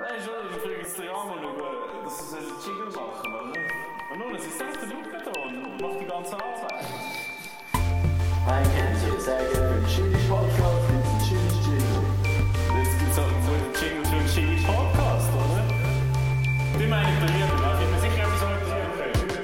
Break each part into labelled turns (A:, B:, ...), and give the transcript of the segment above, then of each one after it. A: Nein, schon, ich kriege jetzt den Rahmen über. Das ist ein Jingle machen, oder? ne? Und nun, es ist selbst der Luftbeton und macht die ganze Arbeit.
B: Ein Kännchen, sehr gerne für den Chili Podcast mit dem Chili Chili.
A: Jetzt gibt es halt so einen Jingle für einen Jingle Podcast, oder? Die meine ich bei mir, da bin mir sicher, etwas anderes okay.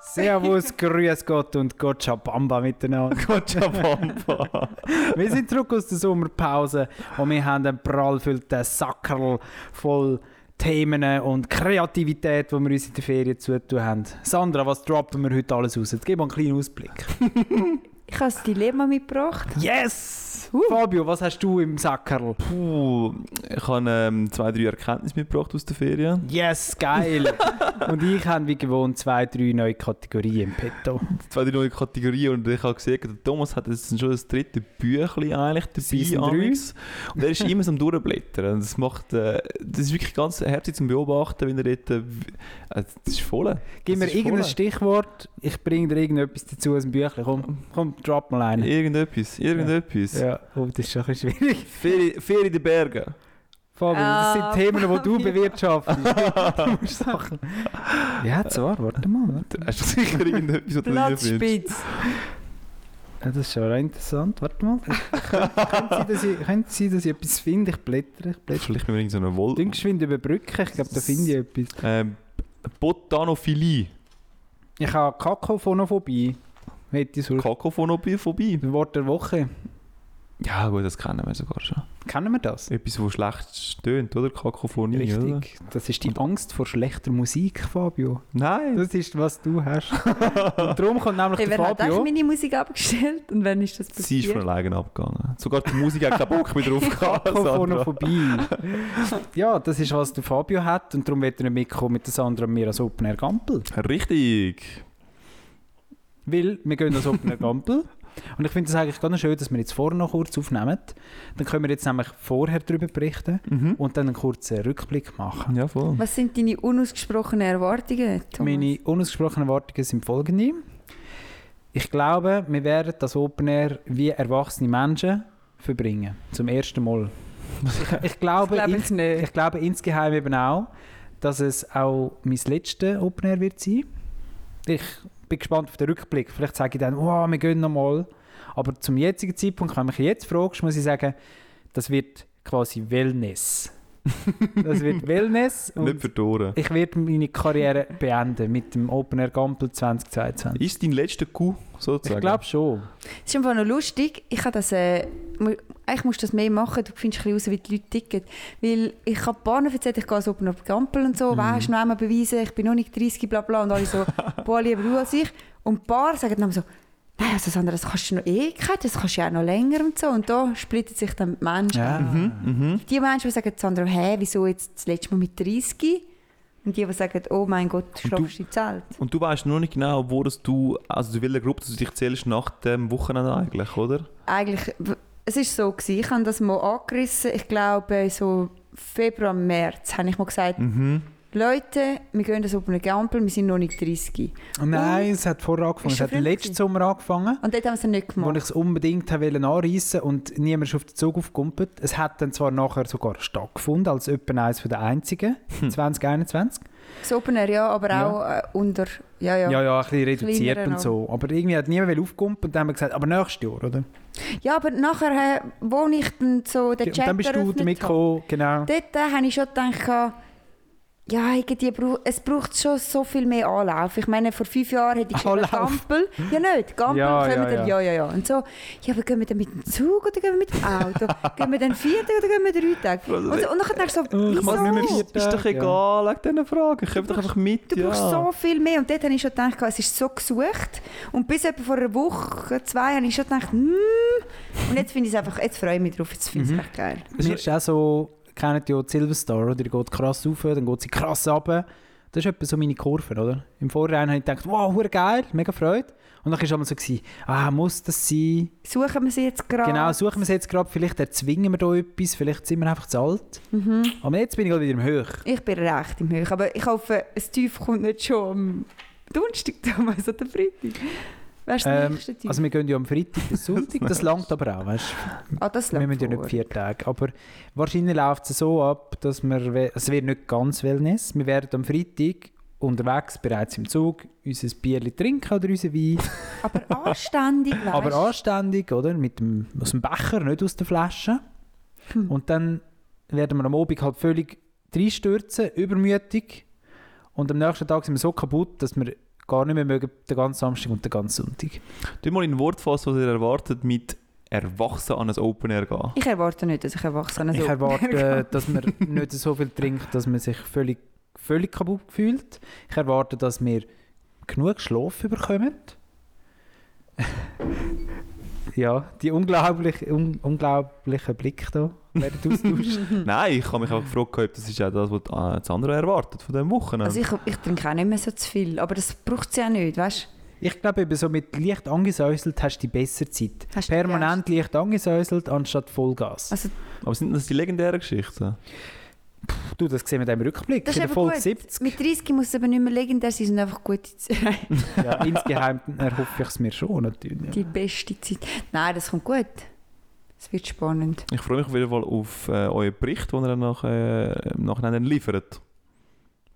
C: Servus, Grüß Gott und Gotschabamba miteinander.
D: Cochabamba.
C: Wir sind zurück aus der Sommerpause und wir haben einen prallfüllten Sackerl voll Themen und Kreativität, die wir uns in der Ferien zutun haben. Sandra, was droppen wir heute alles raus? Gib mal einen kleinen Ausblick.
E: Ich habe das Dilemma mitgebracht.
C: Yes! Uh. Fabio, was hast du im Sackerl?
D: Puh, ich habe ähm, zwei, drei Erkenntnisse mitgebracht aus der Ferien.
C: Yes, geil! und ich habe wie gewohnt zwei, drei neue Kategorien im Petto.
D: Zwei, drei neue Kategorien und ich habe gesehen, der Thomas hat jetzt schon das dritte Büchlein eigentlich dabei.
C: Season drei.
D: amigs. Und er ist immer so am Durchblättern. Und Das, macht, äh, das ist wirklich ganz herzig zum Beobachten, wenn er dort... Äh, äh, das ist voll.
C: Gib mir
D: Das ist
C: irgendein
D: voll.
C: Stichwort, ich bringe dir irgendetwas dazu aus dem Büchlein. Komm, komm drop mal einen.
D: Irgendetwas, irgendetwas.
C: Ja, oh, das ist schon ein bisschen schwierig.
D: Ferien, Ferien in den Bergen.
C: Fabio, das sind
E: Ah,
C: Themen, die du
E: Fabio.
C: bewirtschaftest. du musst Sachen. Ja, zwar, warte mal. Warte.
D: Hast du sicher irgendetwas, was du nicht findest?
E: Platzspitz.
C: Ja, das ist schon recht interessant. Warte mal. Könnte sein, dass ich, könnte sein, dass ich etwas finde? Ich blättere, ich blättere.
D: Vielleicht mit irgendeiner Woll...
C: Dann geschwind über Brücke, ich glaube, da finde ich etwas.
D: Ähm, Botanophilie.
C: Ich habe Kakophonophobie. Hätte ich so.
D: Kakophonophobie. vorbei.
C: Das Wort der Woche.
D: Ja gut, das kennen wir sogar schon.
C: Kennen wir das?
D: Etwas, wo schlecht tönt, oder? Kakophonie, oder?
C: Richtig. Das ist die Angst vor schlechter Musik, Fabio.
D: Nein!
C: Das ist, was du hast. Und darum kommt nämlich
E: Hey,
C: der
E: wer hat eigentlich
C: Fabio.
E: meine Musik abgestellt und wann ist das
D: Sie ist von
E: passiert?
D: alleine abgegangen. Sogar die Musik hat keinen Bock mehr drauf gehabt, Sandra.
C: Kakophonophobie. ja, das ist, was der Fabio hat und darum wird er nicht mitkommen mit der Sandra und mir als Open Air Gampel.
D: Richtig!
C: Weil wir gehen als Open Air Gampel und ich finde es eigentlich ganz schön, dass wir jetzt vorher noch kurz aufnehmen. Dann können wir jetzt nämlich vorher darüber berichten
D: Mhm.
C: und dann einen kurzen Rückblick machen.
D: Ja, voll.
E: Was sind deine unausgesprochenen Erwartungen, Thomas?
C: Meine unausgesprochenen Erwartungen sind folgende. Ich glaube, wir werden das Open Air wie erwachsene Menschen verbringen. Zum ersten Mal. Ich, ich, glaube,
E: Ich glaube
C: ins-
E: es nicht.
C: ich glaube insgeheim eben auch, dass es auch mein letztes Open Air wird sein. Ich bin gespannt auf den Rückblick. Vielleicht sage ich dann, wow, wir gehen nochmal. Aber zum jetzigen Zeitpunkt, wenn du mich jetzt fragst, muss ich sagen, das wird quasi Wellness. Das wird Wellness
D: Nicht verdorren.
C: ich werde meine Karriere beenden mit dem Open Air Gampel 2022.
D: Ist dein letzter Coup, sozusagen?
C: Ich glaube schon.
E: Es ist einfach noch lustig. Ich habe das, äh, mu- eigentlich musst du das mehr machen. Du findest ein bisschen raus, wie die Leute ticken. Weil ich habe Bahnen erzählt, ich gehe so oben auf die Gampel und so. Mhm. Weißt du, noch einmal beweisen, ich bin noch nicht 30, bla bla. Und alle so, boah, lieber du als ich. Und ein paar sagen dann so, nein, also Sandra, das kannst du noch Ewigkeit, das kannst du ja auch noch länger und so. Und da splittet sich dann die Menschen.
C: Ja.
E: Die Menschen, die sagen, Sandra, hä, wieso jetzt das letzte Mal mit 30? Und die, die sagen, oh mein Gott, du
D: Und du-
E: schlafst im Zelt.
D: Und du weißt noch nicht genau, wo das du, also zu welcher Gruppe dass du dich zählst nach dem Wochenende eigentlich, oder?
E: eigentlich, w- es ist so gewesen, ich habe das mal angerissen, ich glaube so Februar, März, habe ich mal gesagt,
D: Mhm.
E: Leute, wir gehen das auf eine Gampel, wir sind noch nicht 30.
C: Nein, es hat vorher angefangen.
E: Ist
C: Es
E: schon
C: hat
E: früh
C: letzten
E: gewesen.
C: Sommer angefangen,
E: Und dort haben wir es dann nicht
C: wo
E: gemacht.
C: ich es unbedingt habe wollen anreissen und niemand ist auf den Zug aufgekumpelt. Es hat dann zwar nachher sogar stattgefunden, als etwa eines der einzigen, 2021.
E: Das Open Air ja, aber
C: Ja.
E: auch äh, unter, ja
C: Ja,
E: ja. ja.
C: ja, ein bisschen reduziert
E: Kleiner
C: und so. Aber irgendwie hat niemand aufgekumpelt und dann haben wir gesagt, aber nächstes Jahr, oder?
E: aber nachher, äh, wo ich dann so den
C: Und
E: Chat
C: dann bist du
E: eröffnet
C: damit
E: habe,
C: gekommen, genau.
E: Dort äh, habe ich schon gedacht, ja, irgendwie brauch, es braucht schon so viel mehr Anlauf. Ich meine, vor fünf Jahren hätte ich geschrieben,
C: Anlauf.
E: Gampel. Ja nicht, Gampel,
C: Ja,
E: gehen wir
C: ja,
E: dann,
C: ja.
E: ja, ja, ja. Und so, ja, aber gehen wir dann mit dem Zug oder gehen wir mit dem Auto? gehen wir dann vier Tage oder gehen wir drei Tage?
D: Also,
E: Und, so, und dann denkst du so,
C: Äh, Ich mag nicht mehr
E: wieso?
C: vier
D: Ist, ist doch
C: Tage, ja.
D: egal, ja. wegen diesen Fragen. Komm doch einfach mit,
E: Du
D: ja.
E: brauchst so viel mehr. Und dort habe ich schon gedacht, es ist so gesucht. Und bis etwa vor einer Woche, zwei, habe ich schon gedacht, hm. Und jetzt finde ich es einfach, jetzt freue ich mich drauf, jetzt
C: Mhm.
E: finde ich es echt geil.
C: Es ist auch so, kennt ja die Silverstar, oder? Die geht krass rauf, dann geht sie krass runter. Das ist etwa so meine Kurve, oder? Im Vorhinein habe ich gedacht, wow, hure geil, mega Freude. Und dann war es immer so, gewesen, ah, muss das sein?
E: Suchen wir sie jetzt gerade.
C: Genau, suchen wir es jetzt gerade, vielleicht erzwingen wir da etwas, vielleicht sind wir einfach zu alt. Aber jetzt bin ich gerade wieder im Höch.
E: Ich bin recht im Höch, aber ich hoffe, ein Tief kommt nicht schon am Donnerstag damals oder Freitag. Wer ist der
C: Ähm,
E: nächste Typ?
C: also wir gehen ja am Freitag bis Sonntag, das langt aber auch, weißt
E: ah, das
C: Wir
E: läuft
C: müssen ja
E: vor.
C: nicht vier Tage. Aber wahrscheinlich läuft es so ab, dass wir. we- Es wird nicht ganz Wellness. Wir werden am Freitag unterwegs bereits im Zug unser Bierli trinken oder unseren Wein.
E: Aber anständig, weißt
C: aber anständig, oder? Mit dem, aus dem Becher, nicht aus der Flasche.
E: Hm.
C: Und dann werden wir am Abend halt völlig reinstürzen, übermütig. Und am nächsten Tag sind wir so kaputt, dass wir gar nicht mehr mögen, den ganzen Samstag und den ganzen Sonntag.
D: Du mal in ein Wort fassen, was ihr erwartet mit erwachsen an ein Open Air gehen.
E: Ich erwarte nicht, dass ich erwachsen Also,
C: Ich
E: genau.
C: erwarte, dass man nicht so viel trinkt, dass man sich völlig, völlig kaputt fühlt. Ich erwarte, dass wir genug Schlaf bekommen. ja, die unglaublich, un, unglaublichen Blick hier werden austauscht.
D: Nein, ich habe mich einfach gefragt, ob das ist auch das, was äh, das andere erwartet von diesem Wochenende.
E: Also ich, ich trinke auch nicht mehr so zu viel, aber das braucht es ja nicht, weißt
C: ich glaube, eben so mit leicht angesäuselt hast du die bessere Zeit.
E: Hast du die
C: Permanent leicht angesäuselt anstatt Vollgas.
E: Also,
D: Aber sind das die legendären Geschichten?
C: du, das sehen wir dann im Rückblick.
E: Das ist
C: in der
E: eben
C: Folge
E: gut.
C: 70.
E: Mit 30 muss es aber nicht mehr legendär sein, sondern einfach gute Zeit.
C: Ja, insgeheim erhoffe ich es mir schon, natürlich.
E: Die beste Zeit. Nein, das kommt gut. Es wird spannend.
D: Ich freue mich auf jeden Fall auf äh, euren Bericht, den ihr dann nach, äh, im Nachhinein dann liefert.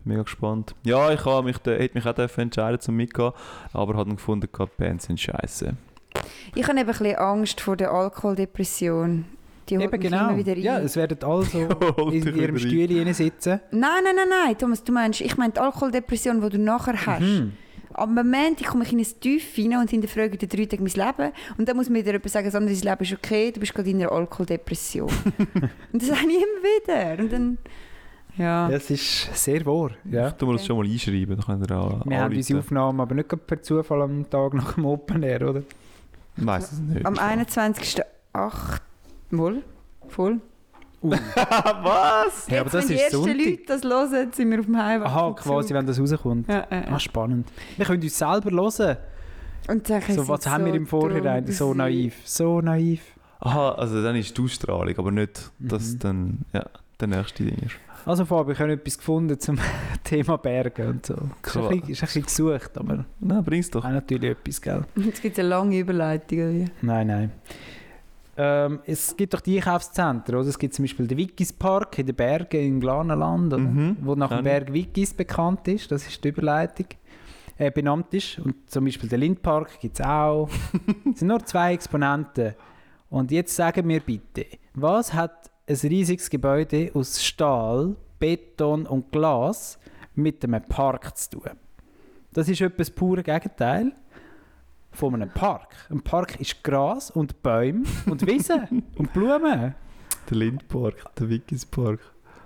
D: Bin mega gespannt. Ja, ich habe mich, da- hätte mich auch dürfen entscheiden zum Mitgehen, aber habe dann gefunden, die Bands sind scheiße.
E: Ich habe eben ein bisschen Angst vor der Alkoholdepression. Die holt
C: Eben
E: mich
C: genau.
E: immer wieder ein.
C: Ja, es werden also alle so in ihrem Stühle rein sitzen.
E: nein, nein, nein, nein, Thomas, du meinst, ich meine die Alkoholdepression, die du nachher hast.
C: Mhm.
E: Am Moment ich komme ich in ein Tief hinein und hinterfrage den drei Tage mein Leben. Und dann muss mir wieder jemand sagen, Sandra, dein Leben ist okay, du bist gerade in einer Alkoholdepression. und das habe ich immer wieder. Und dann, ja.
C: Das ist Ah. sehr wahr.
D: Ja.
C: Ja.
D: Du musst das schon mal einschreiben, dann könnt ihr auch
C: Wir haben
D: anrufen.
C: unsere Aufnahmen aber nicht gerade per Zufall am Tag nach dem Open Air, oder?
D: Ich weiss es nicht.
E: Am 21.08. Wohl, voll.
D: Was?
C: Ja, Uh. aber
E: Jetzt,
C: das
E: wenn die
C: ist
E: ersten
C: Sonntag.
E: Leute das hören, sind wir auf dem Heimweg.
C: Aha, quasi, wenn das rauskommt.
E: Ja, ja, ja.
C: Ah, spannend. Wir können uns selber hören.
E: Und denken,
C: So, was haben wir im Vorhinein? So naiv, so naiv.
D: Aha, also dann ist die Ausstrahlung, aber nicht, dass
C: Mhm.
D: dann ja, der nächste Ding ist.
C: Also Fabi, ich habe etwas gefunden zum Thema Berge und so. Ist ein
D: Klar.
C: bisschen, ist ein bisschen gesucht, aber
D: Na, bring's doch.
C: auch natürlich etwas, gell?
E: Jetzt gibt es eine lange Überleitung. Irgendwie.
C: Nein, nein. Ähm, es gibt doch die Einkaufszentren, oder? Es gibt zum Beispiel den Wikis Park in den Bergen in Glanerland, oder?
D: Mhm,
C: wo nach dem
D: kenn ich.
C: Berg Wikis bekannt ist, das ist die Überleitung, äh, benannt ist. Und zum Beispiel den Lindpark gibt es auch. es sind nur zwei Exponenten. Und jetzt sagen mir bitte, was hat ein riesiges Gebäude aus Stahl, Beton und Glas mit einem Park zu tun? Das ist etwas pure Gegenteil von einem Park. Ein Park ist Gras und Bäume und Wiesen und Blumen.
D: Der Lindpark, der Wikispark.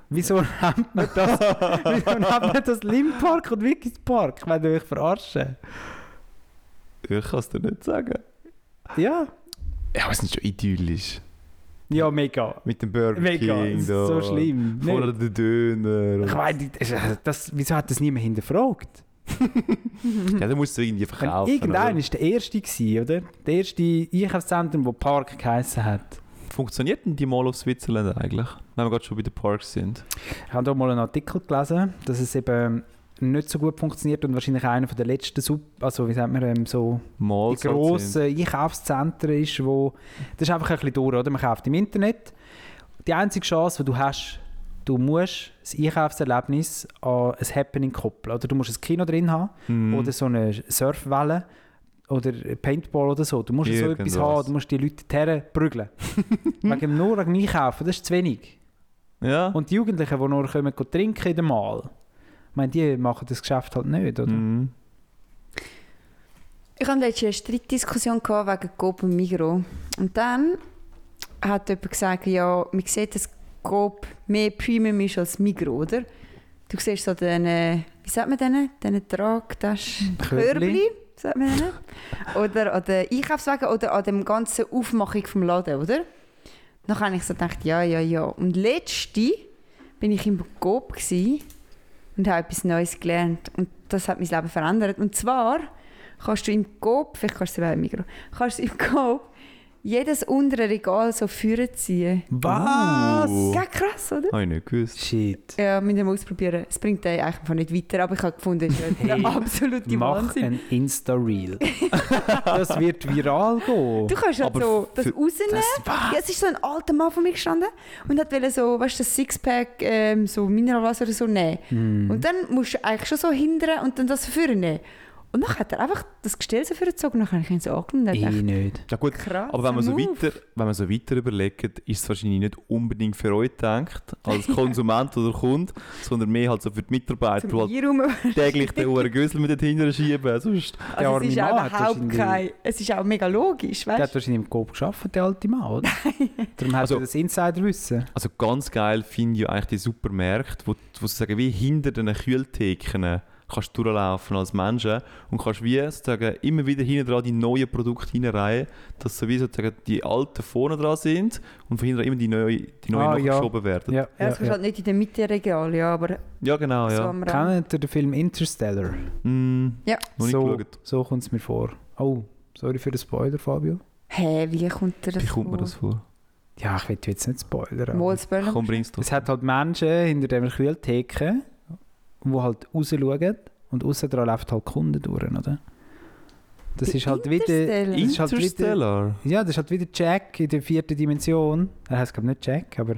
C: Wieso nennt man das, wieso nennt man das Limpark und Wikispark? Ich meine, euch verarschen.
D: Ich kann es dir nicht sagen.
C: Ja.
D: Ja, aber es ist schon idyllisch.
C: Ja, mega.
D: Mit dem Burger
C: Mega.
D: King
C: Das ist
D: da.
C: so schlimm.
D: Vor
C: Nicht?
D: den Döner.
C: Ich meine, das, das, wieso hat das niemand hinterfragt?
D: ja, dann musst du irgendwie
C: Wenn
D: verkaufen.
C: irgendeiner war der Erste, gewesen, oder? Der erste Einkaufszentrum, der Park geheissen hat.
D: oder? Funktioniert denn die mal auf Switzerland eigentlich? Wenn wir gerade schon bei den Parks sind.
C: Ich habe da mal einen Artikel gelesen, dass es eben nicht so gut funktioniert und wahrscheinlich einer von der letzten, Sub also wie sagt man, ähm, so
D: Mal
C: die grossen äh, Einkaufszentren ist, wo... Das ist einfach ein bisschen durch, oder? Man kauft im Internet. Die einzige Chance, die du hast, du musst das Einkaufserlebnis an ein Happening koppeln. Oder du musst ein Kino drin haben
D: Mhm.
C: oder so eine Surfwelle oder Paintball oder so. Du musst so
D: Irgendwas.
C: etwas haben, du musst die Leute herprügeln. Wegen dem nur an Einkaufen, das ist zu wenig.
D: Ja.
C: Und die Jugendlichen, die nur kommen, gehen trinken in der Mahl, ich meine, die machen das Geschäft halt nicht, oder?
D: Mhm.
E: Ich hatte letztens eine Streitdiskussion gehabt wegen Coop und Migros. Und dann hat jemand gesagt, ja, man sieht, dass Coop mehr Premium ist als Migros, oder? Du siehst so den, äh, wie sagt man den, den Tragtaschen,
C: Körbli.
E: Körbli, sagt man denen? Oder an den Einkaufswagen oder an der ganzen Aufmachung vom Laden, oder? Dann habe ich so gedacht, ja, ja, ja. Und letzte bin ich im Coop gsi und habe etwas Neues gelernt. Und das hat mein Leben verändert. Und zwar kannst du im Coop, vielleicht kannst du es auch im Migros, kannst du im Coop jedes untere Regal so führen ziehen.
C: Was?
D: Uh,
E: Ja, krass, oder?
D: habe ich nicht gewusst.
C: Shit.
E: Ja, müssen wir mal ausprobieren. Es bringt einen eigentlich einfach nicht weiter, aber ich habe gefunden, es ist
C: Hey,
E: der absolute
C: Mach
E: Wahnsinn.
C: ein Insta-Reel. das wird viral gehen.
E: Du kannst halt
D: Aber
E: so das
D: für-
E: rausnehmen. Ja, es ist so ein alter Mann von mir gestanden und hat wollte so, weißt du, das Sixpack, ähm, so Mineralwasser oder so nehmen.
D: Hm.
E: Und dann musst du eigentlich schon so hindern und dann das vorne nehmen. Und dann hat er einfach das Gestell so vorgezogen und dann habe ich ihn so angenommen. und
C: ich
E: dachte,
C: Eh, nicht.
D: Ja, gut.
E: Krass.
D: Aber wenn man, so
E: Move.
D: weiter, wenn man so weiter überlegt, ist es wahrscheinlich nicht unbedingt für euch gedacht, als Konsument oder Kunde, sondern mehr halt so für die Mitarbeiter, die
E: Zum
D: halt
E: hier rum.
D: täglich den hohen Güssel mit hinten schieben. Sonst,
E: Also es
C: arme
E: ist auch
C: Mann hat
E: überhaupt
C: wahrscheinlich-
E: kein... Es ist auch mega logisch,
C: Der
E: weißt
C: hat
E: du?
C: wahrscheinlich im Kopf geschafft, der alte Mann, oder? Darum hat
D: Also-
C: er das Insider-Wissen.
D: also ganz geil finde ich eigentlich die Supermärkte, wo, wo sie sagen, wie hinter den Kühltheken kannst du durchlaufen als Menschen und kannst wie sozusagen immer wieder hinten dran die neuen Produkte hineinreihen, dass so wie sozusagen die alten vorne dran sind und von hinten dran immer die neuen, die neuen
C: Ah, ja.
D: nachgeschoben werden. Ja,
C: Ja,
E: Ja,
C: ja,
E: es ist
C: ja.
E: halt nicht in der Mitte Regal, ja, aber
D: genau,
E: so
D: ja.
E: am Rand.
C: Kennt ihr den Film Interstellar?
D: Mm,
E: Ja.
D: Noch nicht
C: so
D: geschaut.
C: so kommt es mir vor. Oh, sorry für den Spoiler, Fabio.
E: Hä, wie kommt dir das
D: Wie kommt mir das vor?
C: Ja, ich will jetzt nicht spoilern. aber-
E: Wohlsböllen?
D: Komm, bring's doch.
C: Es hat halt Menschen hinter den Kühltheken, die halt raus schauen und aussen dran läuft halt Kunden durch, oder? Das
E: Bei
C: ist halt wieder...
E: Interstellar?
C: ist halt wieder-
D: Interstellar.
C: Ja, das ist halt wieder Jack in der vierten Dimension. Er heißt glaube nicht Jack, aber...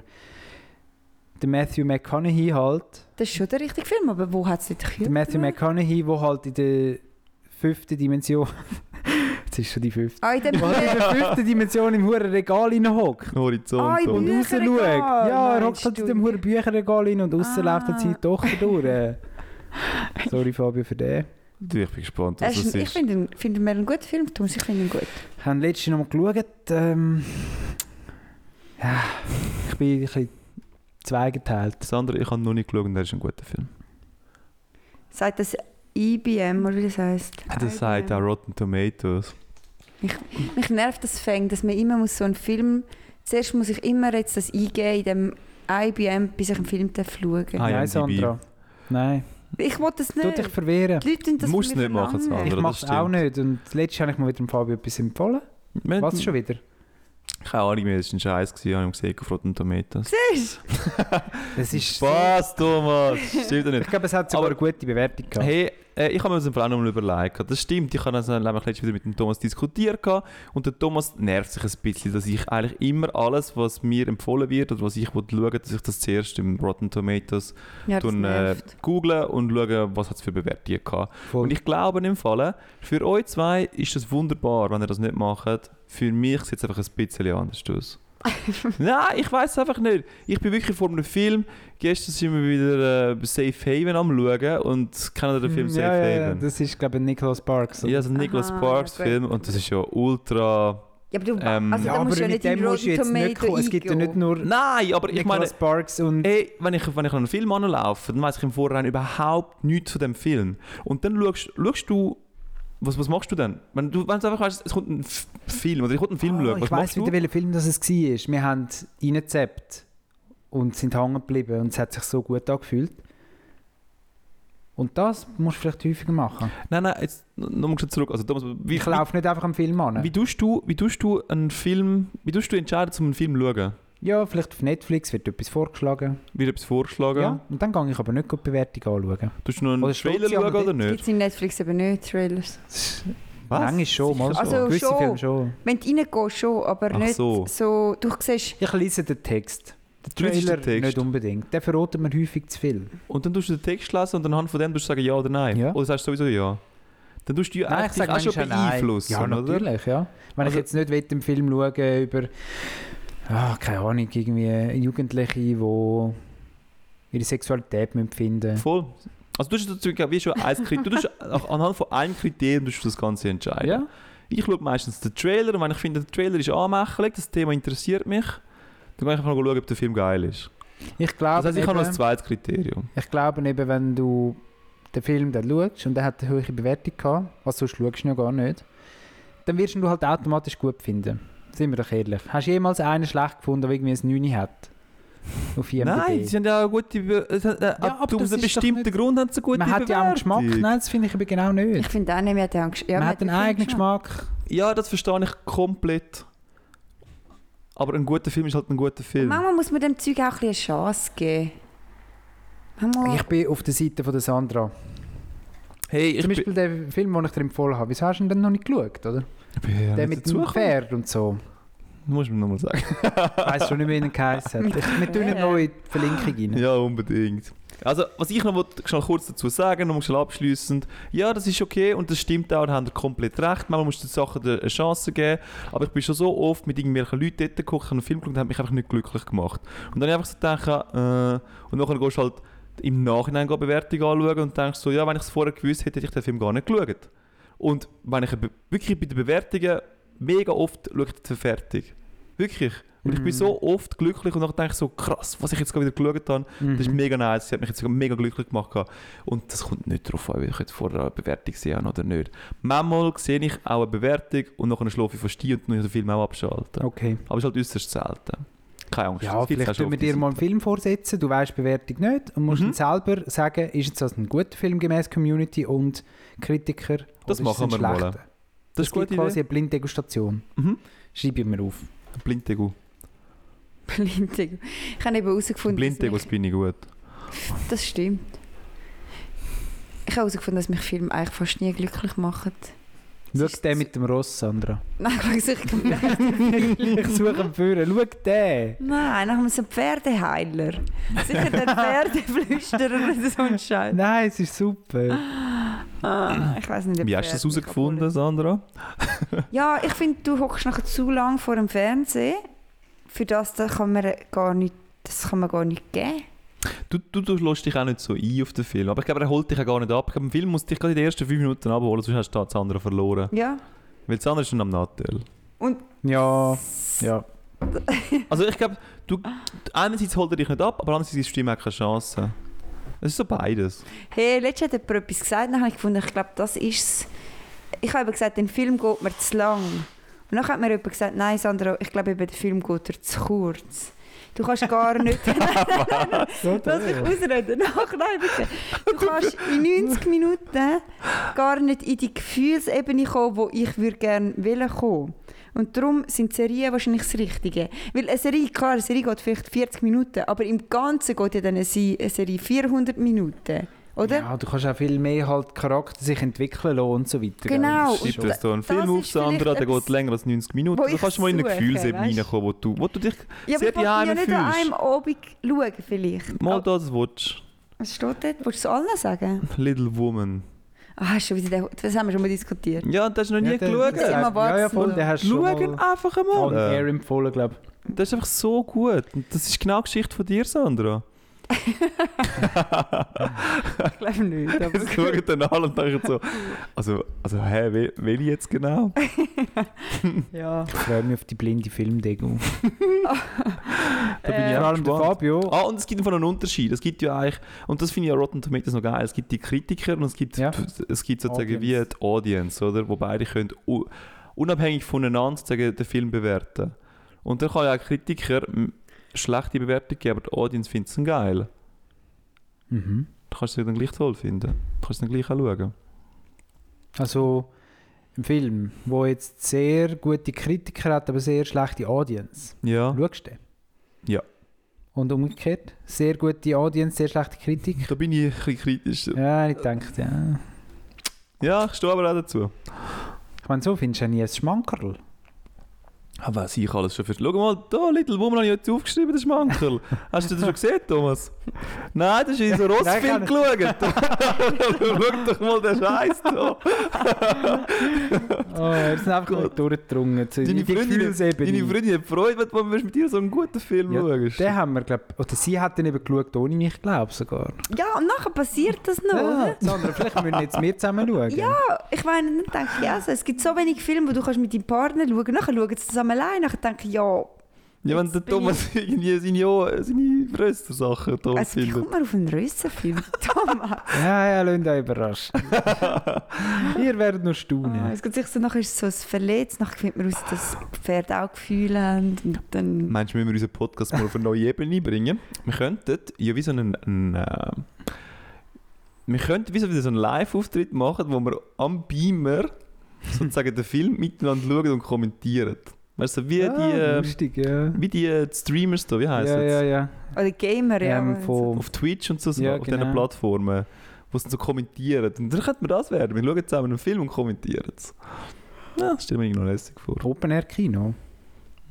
C: Der Matthew McConaughey halt.
E: Das ist schon der richtige Film, aber wo hat es nicht
C: Der
E: gekühlt?
C: Matthew McConaughey, der halt in der fünften Dimension... Jetzt ist schon die fünfte.
E: Ah, in dem
C: Der halt in der fünften Dimension im huren Regal hockt.
D: Horizont.
E: Ah, ich
C: Und
E: bin-
D: und-
C: rausschaut.
E: Bücherregal,
C: Ja, er
E: meinst
C: hockt halt in
E: du?
C: dem huren Bücherregal rein und aussen
E: Ah.
C: läuft halt seine Tochter durch. Sorry Fabio für den.
D: Du, ich bin gespannt,
E: Er
D: was
E: ist,
D: das
E: ich
D: ist.
E: finde ihn, find ihn mehr einen guten Film, Thomas. Ich finde ihn gut.
C: Ich habe letztens noch mal geschaut. Ähm, ja, ich bin ein bisschen zweigeteilt.
D: Das andere, ich habe noch nicht geschaut und der ist ein guter Film.
E: Sagt das IBM oder wie das heisst?
D: Das sagt auch Rotten Tomatoes.
E: Mich nervt das Fang, dass man immer muss so einen Film. Zuerst muss ich immer jetzt das eingeben in dem IBM, bis ich einen Film darf schauen darf.
D: Ah, IMDb.
C: Nein, Sandra. Nein,
E: Ich will das
C: tu dich
E: nicht.
C: verwehren.
E: Die Leute tun das
D: Musst
E: von mir
D: nicht machen,
E: verlangen.
D: Sandra.
C: Ich
D: das
C: mache es auch
D: stimmt. Äh,
C: nicht. Und letztens habe ich mal wieder dem Fabio etwas empfohlen.
D: Wir-
C: Was schon wieder?
D: Keine Ahnung mehr, das war ein Scheiß, gewesen, habe ich gesehen auf Rotten Tomatoes.
E: Siehst du?
C: Das ist
D: Spaß, Thomas! Stimmt doch
C: Ich
D: nicht.
C: glaube, es hat sogar
D: Aber-
C: eine gute Bewertung gehabt.
D: Hey, äh, ich habe mir das im Fall auch noch mal überlegt. Das stimmt, ich habe das nämlich letztes wieder mit dem Thomas diskutiert gehabt und der Thomas nervt sich ein bisschen, dass ich eigentlich immer alles, was mir empfohlen wird oder was ich will schauen, dass ich das zuerst im Rotten Tomatoes
E: Ja, das
D: tun, äh,
E: nervt.
D: googeln und schauen, was hat's für Bewertungen gehabt.
C: Voll.
D: Und ich glaube in dem Fall, für euch zwei ist das wunderbar, wenn ihr das nicht macht. Für mich sieht es einfach ein bisschen anders aus. Nein, ich weiß es einfach nicht. Ich bin wirklich vor einem Film. Gestern sind wir wieder äh, Safe Haven am schauen und kennen den Film
C: Mm,
D: Safe
C: ja, ja, ja,
D: Haven?
C: das ist, glaube ich, Nicholas Parks.
E: Also,
D: Ja, das ist ein Nicholas
E: Aha,
D: Parks
E: ja, gut.
D: Film und das ist ja ultra...
E: Ja, aber du,
D: Ähm,
E: also,
D: Ja,
E: da musst du ja nicht in Rotten Tomato
C: kommen. Es gibt ja nicht
E: eingehen.
C: nur
D: Nein, aber ich meine...
C: Nicholas Parks und...
D: Ey, wenn ich, wenn ich an einen Film anlaufe, dann weiß ich im Vorhinein überhaupt nichts zu dem Film. Und dann schaust, schaust du, was, was machst du denn? Wenn du wenn du einfach weißt, es kommt ein F Film oder ich kommt ein Film
C: Ah,
D: schauen, was
C: ich weiss
D: machst
C: wieder,
D: du?
C: welcher Film das es war. Wir haben reingezappt und sind hängen geblieben und es hat sich so gut angefühlt. Und das musst du vielleicht häufiger machen.
D: Nein, nein, jetzt nochmal zurück. Also Thomas, wie,
C: ich laufe nicht einfach am Film an.
D: wie, wie tust du, wie tust du einen Film, wie tust du entscheiden, um einen Film zu schauen?
C: Ja, vielleicht auf Netflix wird etwas vorgeschlagen.
D: Wird etwas vorschlagen?
C: Ja. Und dann gehe ich aber nicht gut die Bewertung anschauen.
D: Tust du noch einen
C: Oder
D: Trailer
C: steht sie am
D: schauen oder
E: Das
D: nicht?
E: gibt es in Netflix eben nicht, Trailers.
C: Manchmal schon, mal
D: Sicher
C: schon.
E: so. Also
C: Gewisse
E: schon.
C: Filme schon.
E: Wenn du reingehst, schon, aber
D: Ach
E: nicht
D: so.
E: so. Du siehst,
C: Ich lese den Text. Der
D: Du liest den
C: Trailer
D: Text.
C: nicht um- unbedingt. Der verrotet mir häufig zu viel.
D: Und dann tust du den Text lesen und anhand von dem tust du sagen ja oder nein.
C: Ja.
D: Oder sagst du sowieso ja. Dann tust du ja eigentlich dich auch schon
C: manchmal auch nein.
D: beeinflussen,
C: Ja,
D: oder?
C: natürlich, ja. Wenn
D: Also-
C: ich jetzt nicht will, im Film schauen über, ah, keine Ahnung, irgendwie Jugendliche, die ihre Sexualität müssen finden müssen.
D: Voll. Also du hast natürlich wie schon ein Kriterium, du tust auch anhand von einem Kriterium tust du das Ganze entscheiden.
C: Ja,
D: Ich schaue meistens den Trailer und wenn ich finde, der Trailer ist anmächelig, das Thema interessiert mich, dann kann ich einfach noch schauen, ob der Film geil ist.
C: ich
D: Das
C: glaube,
D: heißt, ich habe noch ein
C: eben,
D: zweites Kriterium.
C: ich glaube eben, wenn du den Film dann schaust und der hat eine hohe Bewertung gehabt, was sonst schaust du ja gar nicht, dann wirst du ihn halt automatisch gut finden. Sind wir doch ehrlich. Hast du jemals einen schlecht gefunden, der irgendwie ein 9 hat? Auf IMDb?
D: Nein, sie haben ja auch gute... Be äh, äh,
C: aber
D: ab- aus
C: das
D: einem
C: ist doch
D: bestimmten
C: nicht-
D: Grund haben sie gute
C: Man hat ja auch einen Geschmack.
D: Bewertung.
C: Nein, das finde ich eben genau nicht.
E: ich finde auch nicht, man hat ja Angst. Ja,
C: man hat einen
E: wirklich
C: eigenen Geschmack.
D: Ja, das verstehe ich komplett. Aber ein guter Film ist halt ein guter Film.
E: Manchmal muss man dem Zeug auch ein bisschen eine Chance geben. Manchmal,
C: Ich bin auf der Seite von der Sandra.
D: Hey, ich
C: Zum
D: bin,
C: Beispiel der Film, den ich dir empfohlen habe. Wieso hast du ihn denn noch nicht geschaut, oder?
D: ich bin ja
C: der
D: nicht
C: mit dem
D: dazugekommen.
C: Pferd und so.
D: Musst du mir nochmal sagen.
C: Ich weiss schon nicht mehr, wie er geheißen hat. Ich- Wir tun eine neue Verlinkung rein.
D: Ja, unbedingt. Also, was ich noch wollte, schnell kurz dazu sagen, noch schnell abschließend, ja, das ist okay und das stimmt auch, da habt ihr komplett recht. Manchmal musst du den Sachen eine eine Chance geben, aber ich bin schon so oft mit irgendwelchen Leuten dort geguckt, habe einen Film geschaut und hat mich einfach nicht glücklich gemacht. Und dann habe ich einfach so gedacht, äh, und nachher gehst du halt im Nachhinein eine Bewertung anschauen und denkst so, ja, wenn ich es vorher gewusst hätte, hätte ich den Film gar nicht geschaut. Und wenn ich be- wirklich bei den Bewertungen mega oft schaue ich die Verfertigung. Wirklich. Und ich bin
C: Mhm.
D: so oft glücklich und dann denke ich so, krass, was ich jetzt gerade wieder geschaut habe, das ist
C: Mhm.
D: mega nice, das hat mich jetzt sogar mega glücklich gemacht. gehabt. Und das kommt nicht darauf an, ob ich jetzt vorher eine Bewertung gesehen habe oder nicht. Manchmal sehe ich auch eine Bewertung und nachher schlafe ich fast ein und dann muss ich den Film auch abschalten.
C: Okay.
D: Aber es ist halt äußerst selten. Keine Angst.
C: Ja,
D: das gibt's auch
C: vielleicht
D: schon
C: tun wir
D: auf der
C: dir mal einen Film vorsetzen, du weißt die Bewertung nicht und musst
D: Mhm.
C: dann selber sagen, ist jetzt das ein guter Film gemäß Community und Kritiker
D: Das
C: oder ist es
D: machen
C: ein
D: wir mal.
C: schlechter?
D: Seite. Das
C: es
D: ist eine
C: gibt
D: gute Idee.
C: quasi eine Blinddegustation.
D: Mhm.
C: Schreibe ich mir auf.
D: Blind Ego.
E: Blindego. Ich habe eben herausgefunden,
D: Blind
E: dass
D: bin ich gut.
E: mich, das stimmt. Ich habe herausgefunden, dass mich Filme eigentlich fast nie glücklich machen.
C: Schau
E: ist-
C: den mit dem Ross, Sandra.
E: Nein, ich sicher nicht.
C: ich suche einen Führer. Schau den!
E: Nein, dann haben wir so einen Pferdeheiler. Sicher den Pferdeflüsterer oder so ein Scheiß.
C: Nein, es ist super.
E: Ah, ich weiß nicht, ob
D: Wie hast du das
E: Pferde mich
D: herausgefunden, Sandra?
E: Ja, ich finde, du hockst nachher zu lange vor dem Fernsehen. Für das, das kann man gar nicht, das kann man gar nicht geben.
D: Du, du, du lässt dich auch nicht so ein auf den Film. Aber ich glaube, er holt dich auch gar nicht ab. Ich glaube, im Film musst du dich gerade in den ersten 5 Minuten abholen, sonst hast du das andere verloren.
E: Ja.
D: Weil das andere ist schon am Nachteil.
C: Ja, ja.
D: Also ich glaube, du, einerseits holt er dich nicht ab, aber andererseits ist die Stimme auch keine Chance. Es ist so beides.
E: Hey, letztens hat jemand etwas gesagt, dann habe ich gefunden, ich glaube, das ist es. Ich habe eben gesagt, den Film geht mir zu lang. Und dann hat mir jemand gesagt, nein, Sandra, ich glaube, eben, der Film geht dir zu kurz. Du kannst gar nicht...
C: So,
E: Lass mich ausreden. Ach, nein, bitte. Du kannst in 90 Minuten gar nicht in die Gefühlsebene kommen, wo ich würd gerne wollen kommen. Und darum sind Serien wahrscheinlich das Richtige. Weil eine Serie, klar, eine Serie geht vielleicht 40 Minuten, aber im Ganzen geht ja dann eine Se- eine Serie 400 Minuten, oder?
C: Ja, du kannst auch viel mehr halt Charakter sich entwickeln lassen und so weiter. gell?
E: Genau.
C: Das ist
D: Schreib
C: schon-
D: dir jetzt hier einen
E: das
D: Film
E: ist
D: auf, Sandra,
E: vielleicht
D: der
E: etwas,
D: geht länger als 90 Minuten.
E: wo
D: Du
E: ich
D: kannst mal in eine
E: suche,
D: Gefühlsebene
E: weißt?
D: reinkommen, wo du, wo du dich
E: Ja, aber
D: sehr
E: ich wollte ja
D: daheim
E: nicht an einem
D: fühlst.
E: Abend schauen, vielleicht.
D: Mal
E: Aber
D: da, das willst
E: Was steht dort? Willst du es allen sagen?
D: du. Little Woman.
E: Ah, schon wieder der, das haben wir schon mal diskutiert.
D: Ja, das hast du noch nie
C: Ja, der-
D: geschaut.
E: Ja, immer
C: Ja, ja,
E: warten.
C: voll, den hast du schon
D: Schauen
C: mal
D: einfach
C: on
D: einmal.
C: air empfohlen, glaube ich.
D: Das ist einfach so gut. Und das ist genau die Geschichte von dir, Sandra.
E: Ich glaube nicht. Aber
D: Jetzt schauen dann alle und denken so, also, also hä, wel- welche jetzt genau?
E: ja.
C: Ich freue mich auf die blinde Filmdeko.
D: Da bin ich
C: Vor
D: auch
C: allem der
D: gespannt.
C: Fabio.
D: Ah, und es gibt einfach einen Unterschied. Es gibt ja eigentlich, und das finde ich an Rotten Tomatoes noch geil, es gibt die Kritiker und es gibt,
C: Ja.
D: es gibt sozusagen
C: Audience.
D: wie die Audience, oder? Wo beide können u- unabhängig voneinander sozusagen den Film bewerten. Und dann kann ja auch Kritiker m, schlechte Bewertung geben, aber die Audience findet es geil.
C: Mhm.
D: Du kannst es dann gleich toll finden. Du kannst es dann gleich auch schauen.
C: Also ein Film, wo jetzt sehr gute Kritiker hat, aber sehr schlechte Audience.
D: Ja.
C: Schaust du den?
D: Ja.
C: Und umgekehrt? Sehr gute Audience, sehr schlechte Kritik?
D: Da bin ich ein bisschen kritischer.
C: Ja, ich denke, ja.
D: Ja, ich stehe aber auch dazu.
C: Ich meine, so findest du ja nie ein Schmankerl.
D: Aber was Ah, ich alles schon verstehe. Schau mal, da, Little Woman habe ich jetzt aufgeschrieben, das Mankel. Hast du das schon gesehen, Thomas? Nein, das ist in so einen
C: Nein, kann-
D: Rossfilm geschaut. Schau doch mal den Scheiß da.
C: Oh, wir sind einfach
D: Gut.
C: nicht durchgedrungen. zu- in
D: Deine
C: die
D: Freundin,
C: Gefühlsebene.
D: deine Freundin hat Freude, wenn du mal mit dir so einen guten Film
C: Ja,
D: schaust.
C: Den haben wir, glaub, oder sie hat den eben geschaut, ohne mich, glaube ich sogar.
E: ja, und nachher passiert das noch, oder?
C: Ja, Sandra, vielleicht müssen wir jetzt mehr zusammen schauen.
E: Ja, ich meine, dann denke ich, also, es gibt so wenig Filme, wo du kannst mit deinem Partner schauen kannst. Nachher schauen sie zusammen allein. Nachher denke ich, ja,
D: Ja, wenn
E: jetzt
D: der
E: bin
D: Thomas irgendwie seine, seine Röster-Sachen toll
E: also, wie
D: findet.
E: kommt man auf einen Rössenfilm? Thomas!
C: ja, ja lasst euch überraschen. Ihr werdet noch
E: Ah,
C: staunen.
E: es gibt sich so, nachher ist es so ein Verletz, nachher findet man raus, dass Pferde auch Gefühle haben. Und dann,
D: Meinst du, müssen wir unseren Podcast mal auf eine neue Ebene bringen? Wir könnten ja wie so einen. einen äh, wir könnten wie so wieder so einen Live-Auftritt machen, wo wir am Beamer sozusagen den Film miteinander schauen und kommentieren. Weißt du, wie
C: Ja,
D: die, äh,
C: lustig, ja.
D: wie die äh, Streamers da, wie heißt
C: Ja,
D: das?
C: ja, ja.
E: Oder Gamer, ja.
C: Ähm,
E: aber-
C: von,
D: Auf Twitch und so, so
C: Ja,
D: auf
C: genau.
D: diesen Plattformen, wo sie so kommentieren. Und dann könnte man das werden. Wir schauen zusammen einen Film und kommentieren es. Ja, das stelle ich mir noch lässig vor.
C: Open Air Kino.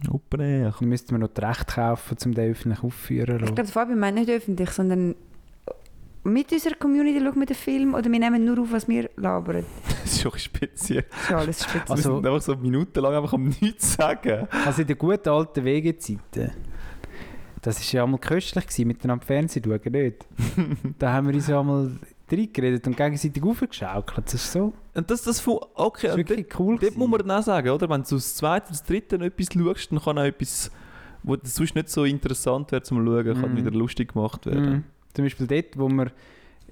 D: Open Air.
C: Dann müssten wir noch die Rechte kaufen, um den öffentlich aufführen zu
E: Ich
C: lassen.
E: glaube, Fabian meint nicht öffentlich, sondern mit unserer Community schauen wir den Film oder wir nehmen nur auf, was wir labern.
D: Das ist schon ein bisschen speziell.
E: Das ist ja alles spitze.
C: Also-
D: Also, wir sind einfach so minutenlang einfach am Nichts sagen.
C: Also in den guten alten Wegezeiten. Das war ja einmal köstlich, gewesen, miteinander Fernsehen schauen, nicht? da haben wir uns ja einmal reingeredet und gegenseitig aufgeschaukelt. Das ist so.
D: Und das, das fu- okay,
C: Das ist
D: und dort,
C: wirklich cool.
D: dort muss
C: gewesen.
D: man dann auch sagen, oder? Wenn du das zweite oder das dritte noch etwas schaust, dann kann auch etwas, wo das sonst nicht so interessant wäre zum Schauen, kann
C: Mhm.
D: wieder lustig gemacht werden.
C: Mhm. Zum Beispiel dort, wo wir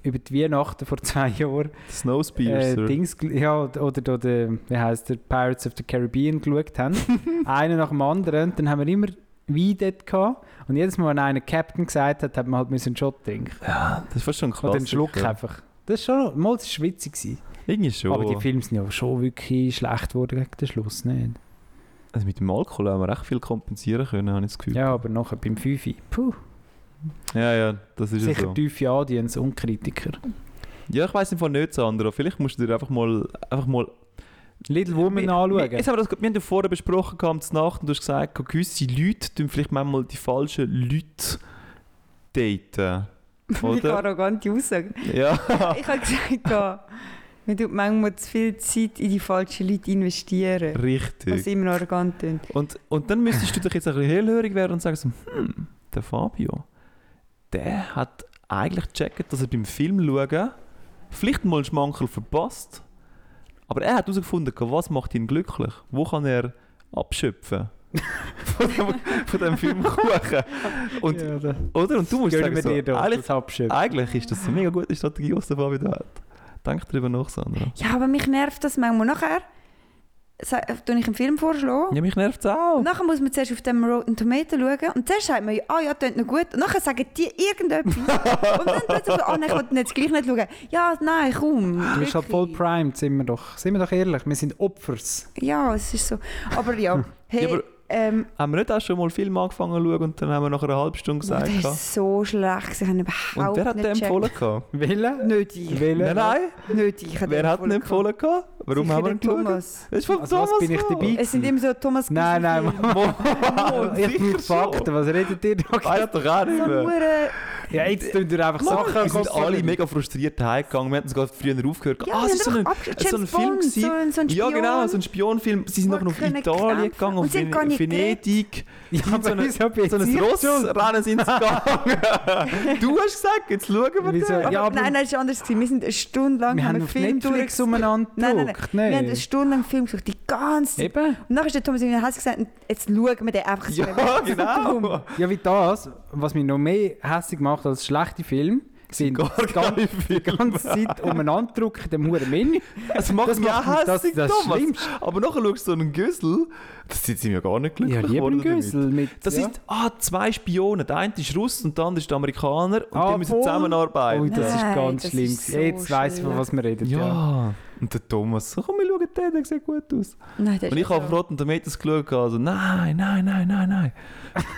C: über die Weihnachten vor zwei Jahren äh,
D: Snowspearser.
C: Dings, gel- ja, oder, oder, oder wie heißt der, Pirates of the Caribbean geschaut haben. einen nach dem anderen. Und dann haben wir immer Wein dort gehabt. Und jedes Mal, wenn einer Captain gesagt hat, hat man halt müssen einen Shot trinken.
D: das ist fast schon ein
C: Oder einen Schluck
D: Klassiker.
C: einfach. Das ist schon, mal das war witzig. Gewesen.
D: Irgendwie schon.
C: Aber die Filme sind ja schon wirklich schlecht geworden gegen den Schluss, ne? nicht?
D: Also mit dem Alkohol haben wir recht viel kompensieren können, habe ich das Gefühl.
C: Ja, aber nachher beim 5. Puh,
D: ja, ja, das ist ja
C: sicher
D: so.
C: tiefe Audience und Kritiker.
D: Ja, ich weiß im Fall nicht, Sandra. Vielleicht musst du dir einfach mal... Einfach mal
C: Little Woman anschauen.
D: Wir, jetzt haben wir, das, wir haben ja vorher besprochen, kam es Nacht und du hast gesagt, gewisse Leute tun vielleicht manchmal die falschen Leute daten.
E: Wie
D: Oder?
E: arrogante Aussage.
D: ja,
E: Ich habe gesagt, ja, man tut manchmal zu viel Zeit in die falschen Leute investieren. Was
D: richtig.
E: immer arrogant klingt.
D: Und, und dann müsstest du dich jetzt ein bisschen hellhörig werden und sagen so, hm, der Fabio, der hat eigentlich gecheckt, dass er beim Film schauen vielleicht mal einen Schmankerl verpasst, aber er hat herausgefunden, was macht ihn glücklich, wo kann er abschöpfen von dem, von dem Filmkuchen. Und
C: ja, da
D: Oder? Und du musst
C: gönnen
D: sagen,
C: wir
D: so,
C: dir doch
D: eigentlich,
C: das Abschöpfen.
D: eigentlich ist das eine mega gute Strategie, die der Fabi da hat. Denk darüber nach, Sandra.
E: Ja, aber mich nervt das manchmal. Nachher tue ich einen Film vorschlagen.
D: Ja, mich nervt es auch.
E: Und nachher muss man zuerst auf dem Rotten Tomato schauen. Und zuerst sagt man, ja, ah ja, tönt noch gut. Und nachher sagen die irgendetwas. und dann plötzlich so, ah nein, ich will jetzt gleich nicht schauen. Ja, nein, komm.
C: Du bist halt voll
E: wirklich.
C: primed, sind wir doch. Sind wir doch ehrlich, wir sind Opfers.
E: Ja, es ist so. Aber ja, hey,
D: Hm. Ja, aber-
E: ähm,
D: Haben wir nicht auch schon mal Film angefangen zu schauen und dann haben wir nach einer halben Stunde
E: boah,
D: gesagt,
E: das
D: gehabt,
E: ist so schlecht. Ich habe überhaupt
D: und wer hat
E: nicht
D: den
E: gecheckt.
D: empfohlen? Gehabt?
C: Willen?
E: Nicht ich.
D: Nein,
C: Willen?
D: nein,
E: Nicht ich. habe
D: wer
E: den
D: hat ihn empfohlen? Gehabt? Warum
E: Sicher
D: haben wir
E: der
D: ihn geschaut?
E: Thomas.
D: Das ist von
C: Also was
D: Thomas.
C: bin ich
D: gehabt.
C: dabei?
E: Es sind immer so Thomas
C: Nein, nein,
E: Gieselfilme.
D: Mann,
C: Ich
D: sicher
C: brauche
D: schon.
C: Fakten, was redet ihr da?
D: Weiss doch auch nicht
E: So
D: mehr.
E: hure-
C: Ja, jetzt tun wir einfach Sachen.
D: Wir sind
C: kopieren.
D: alle mega frustriert heimgegangen. Wir hatten sogar früher aufgehört.
E: Ja,
D: ah,
E: wir
D: es ist so
E: haben
D: ein
E: doch abge-
D: so ein
E: James
D: Film
E: Bond,
D: gewesen.
E: so ein- so ein
D: Ja, genau,
E: Spion.
D: so ein Spionfilm. Sie sind
E: Wo
D: nachher auf
E: können
D: Italien
E: kämpfen.
D: gegangen,
E: Und
D: auf
E: sie haben gar
D: Ven-
E: nicht
D: Venedig.
C: Ja,
D: so eine-
C: aber wieso bin
D: So ein
C: ich schuld?
D: Rossrennen sind sie gegangen. Du hast gesagt, jetzt schauen wir
C: Wieso?
D: den.
C: Ja, aber
E: nein, nein, es war anders. gewesen. Wir sind eine Stunde lang
C: wir
E: haben
C: haben
E: einen
C: auf
E: Film
C: Netflix
E: durchgesucht.
C: umeinander
E: Nein, nein, nein.
C: gedruckt,
E: Wir haben
C: nein.
E: eine Stunde lang einen Film gesucht, die ganze Zeit.
C: Eben.
E: Und nachher ist der Thomas in den Haus gesagt, und jetzt schauen wir den einfach so. um.
D: Ja, genau.
C: Ja, wie das, was mich noch mehr hässlich macht als schlechte Filme, sind
D: Gar
C: die gan-
D: keine
C: die ganze Zeit umeinander drücken in dem huren Menü.
D: Das macht
C: Das
D: mich
C: macht
D: auch
C: mich- das-
D: hässlich,
C: das
D: Thomas.
C: Schlimmste.
D: Aber nachher schaust du so einen Güssel, das sind sie mir gar nicht glücklich
C: Ja, lieber
D: geworden
C: einen
D: damit.
C: Güssel mit.
D: Das
C: ja.
D: sind ah, zwei Spionen. Der eine ist Russ und der andere ist Amerikaner. Und
C: Ah,
D: die müssen
C: voll.
D: zusammenarbeiten.
C: Oh, das ist
E: Nein,
C: ganz
E: das
C: schlimm.
E: ist so
C: Jetzt weiss ich, von
E: schlimm.
C: was wir reden.
D: ja. Und der Thomas, so, komm, wir schauen den, der sieht gut aus.
E: Nein, das
D: Und
E: ist
D: ich habe auf
E: so.
D: Rotten Tomatoes geschaut, also nein, nein, nein, nein, nein.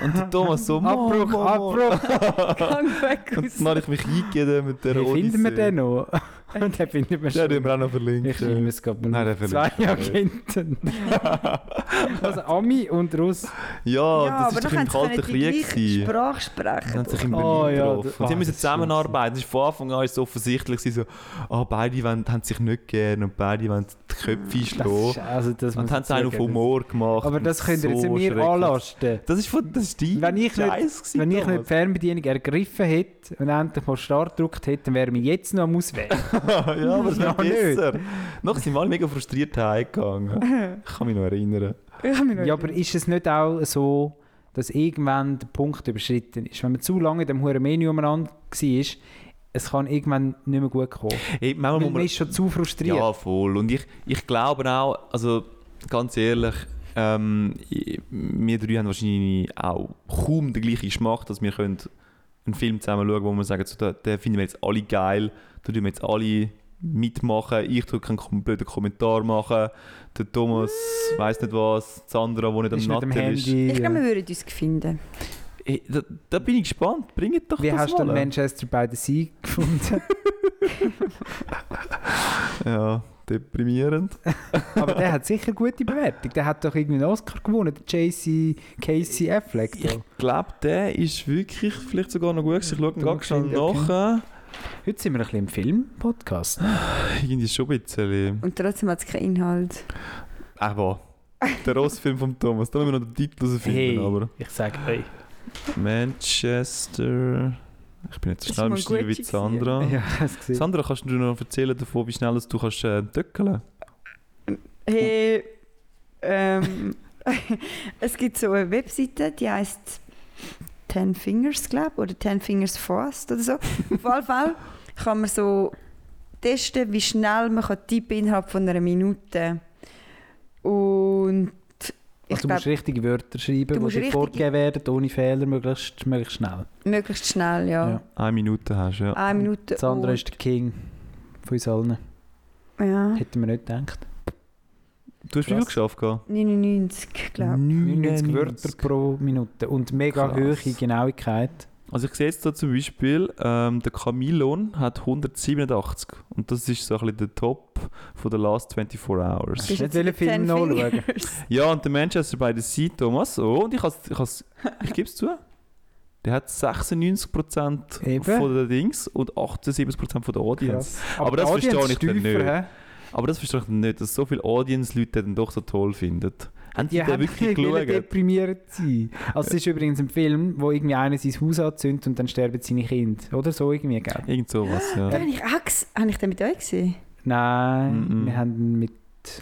D: Und der Thomas so, Mann,
C: Abbruch,
D: Mann, Mann.
C: Abbruch.
E: Gang weg
D: Und
E: aus.
D: dann habe ich mich eingegeben mit der
C: Wie finden wir
D: Odyssee.
C: den noch? Und den finden wir
D: Den
C: schon.
D: werden wir auch noch
C: Ich nehme
D: verlinken.
C: es gerade
D: Nein,
C: mal
D: den
C: auf. zwei
D: verlinken wir
C: Jahre hinten. Also Ami und Russ.
D: Ja,
E: Ja,
D: das war doch im
E: nachher haben sie
D: Kalten Krieg.
E: gleiche
D: gewesen.
E: Sprache
D: Dann
E: sprechen.
D: haben sie sich in
C: Oh,
D: Berlin
C: ja,
D: getroffen.
C: das-
D: und sie
C: Ah,
D: müssen
C: das ist so
D: zusammenarbeiten. Das ist von Anfang an ist so offensichtlich gewesen, so, ah, beide wollen, haben sich nicht gern und beide wollen die Köpfe
C: Das
D: schlagen.
C: ist- also, das
D: Und
C: muss
D: haben
C: ich
D: es einen auf
C: zugeben.
D: Humor gemacht.
C: Aber
D: und
C: das könnt ihr jetzt
D: so
C: in mir
D: schrecklich.
C: anlasten.
D: Das ist von, das ist die
C: Wenn ich nicht-
D: Scheiss gewesen,
C: Wenn ich nicht die
D: Thomas.
C: Fernbedienung ergriffen hätte und endlich mal Start gedrückt hätte, dann wäre mir jetzt noch am Auswählen.
D: ja, aber es
C: Ja,
D: wäre
C: nicht.
D: besser. Noch sind wir alle mega frustriert heimgegangen. Ich kann mich noch erinnern.
E: Ich habe mich noch
C: ja, aber ist es nicht auch so, dass irgendwann der Punkt überschritten ist? Wenn man zu lange in dem huren Menü umeinander war, es kann irgendwann nicht mehr gut kommen.
D: Hey, manchmal
C: Weil
D: muss
C: man
D: man
C: ist schon zu frustriert.
D: Ja, voll. Und ich, ich glaube auch, nou, also ganz ehrlich, ähm, ich- wir drei haben wahrscheinlich auch kaum den gleichen Geschmack, dass wir können einen Film zusammen schauen wo wir sagen, so, den, den finden wir jetzt alle geil, da tun wir jetzt alle mitmachen. Ich tue keinen kom- blöden Kommentar machen. Der Thomas weiß nicht was. Sandra, wo nicht am
C: Ist mit dem
D: Nattel ist.
C: Handy. äh,
E: Ich
C: ja.
E: glaube,
D: äh,
E: wir würden uns finden.
D: Ey, da, da bin ich gespannt. Bringt doch
C: Wie
D: das
C: hast du
D: mal.
C: dann Manchester bei der Sieg gefunden?
D: Ja, deprimierend.
C: Aber der hat sicher gute Bewertung. Der hat doch irgendwie einen Oscar gewonnen, der JC Casey Affleck. da.
D: Ich glaube, der ist wirklich vielleicht sogar noch gut. gewesen. Ich schaue ihn
C: Du
D: ganz schnell
C: findest, okay.
D: nach.
C: Heute sind wir ein bisschen im Film-Podcast.
D: Irgendwie schon ein bisschen.
E: Und trotzdem hat es keinen Inhalt.
D: Aber der Rossfilm von Thomas. Da müssen wir noch den Titel rausfinden.
C: Hey.
D: Aber
C: Ich sage, hey.
D: Manchester. Ich bin jetzt so
E: Das
D: schnell
E: war
D: im
E: mal
D: Stil
E: gut
D: wie
E: gewesen.
D: Sandra.
C: Ja, hast gesehen.
D: Sandra, kannst du noch erzählen davon, wie schnell dass du kannst äh, töckeln?
E: Hey, ähm, es gibt so eine Webseite, die heißt Ten Fingers, glaube ich, oder Ten Fingers Fast oder so. Auf jeden Fall kann man so testen, wie schnell man kann tippen innerhalb von einer Minute. Und ich
C: Also du musst
E: glaube,
C: richtige Wörter schreiben, die
E: musst
C: dir
E: richtige-
C: vorgegeben werden, ohne Fehler, möglichst, möglichst schnell.
E: möglichst schnell, ja.
C: Ja.
D: Eine Minute hast du,
C: Ah,
D: ja.
E: Eine Minute.
C: Das andere
E: und-
C: ist der King von uns allen.
E: Ja,
C: Hätten wir nicht gedacht.
D: Du hast wie viel
C: krass.
D: geschafft? Gell?
E: 99, glaube
C: 99 Wörter pro Minute und mega
D: Krass.
C: hohe Genauigkeit.
D: Also ich sehe jetzt da zum Beispiel, ähm, der Camilon hat 187 und das ist so ein bisschen der Top von der Last 24 Hours.
C: Ich
E: Bist
C: nicht
E: jetzt
C: wollen
E: bei
C: Filme
E: Ten
C: nachschauen.
E: Fingers.
D: Ja, und der Manchester bei der Sea, Thomas, oh, und ich, has, ich, has, ich gebe es zu, der hat 96%
C: Eben.
D: von der Dings und 78% von der Audience.
C: Krass.
D: Aber das
C: die Audience
D: verstehe ich
C: ist
D: dann
C: tiefer, hä?
D: Aber das verstehe ich dann nicht, dass so viele Audience-Leute den doch so toll finden. Haben die
C: Die
D: den
C: haben
D: wirklich
C: wirklich wollen
D: geschaut?
C: deprimiert sein. Also es ist übrigens ein Film, wo irgendwie einer sein Haus anzündet und dann sterben seine Kinder. Oder so irgendwie, gell?
D: Irgend sowas, ja.
E: Da habe ich auch ges- Habe ich den mit euch gesehen?
C: Nein,
D: Mhm.
C: wir haben ihn mit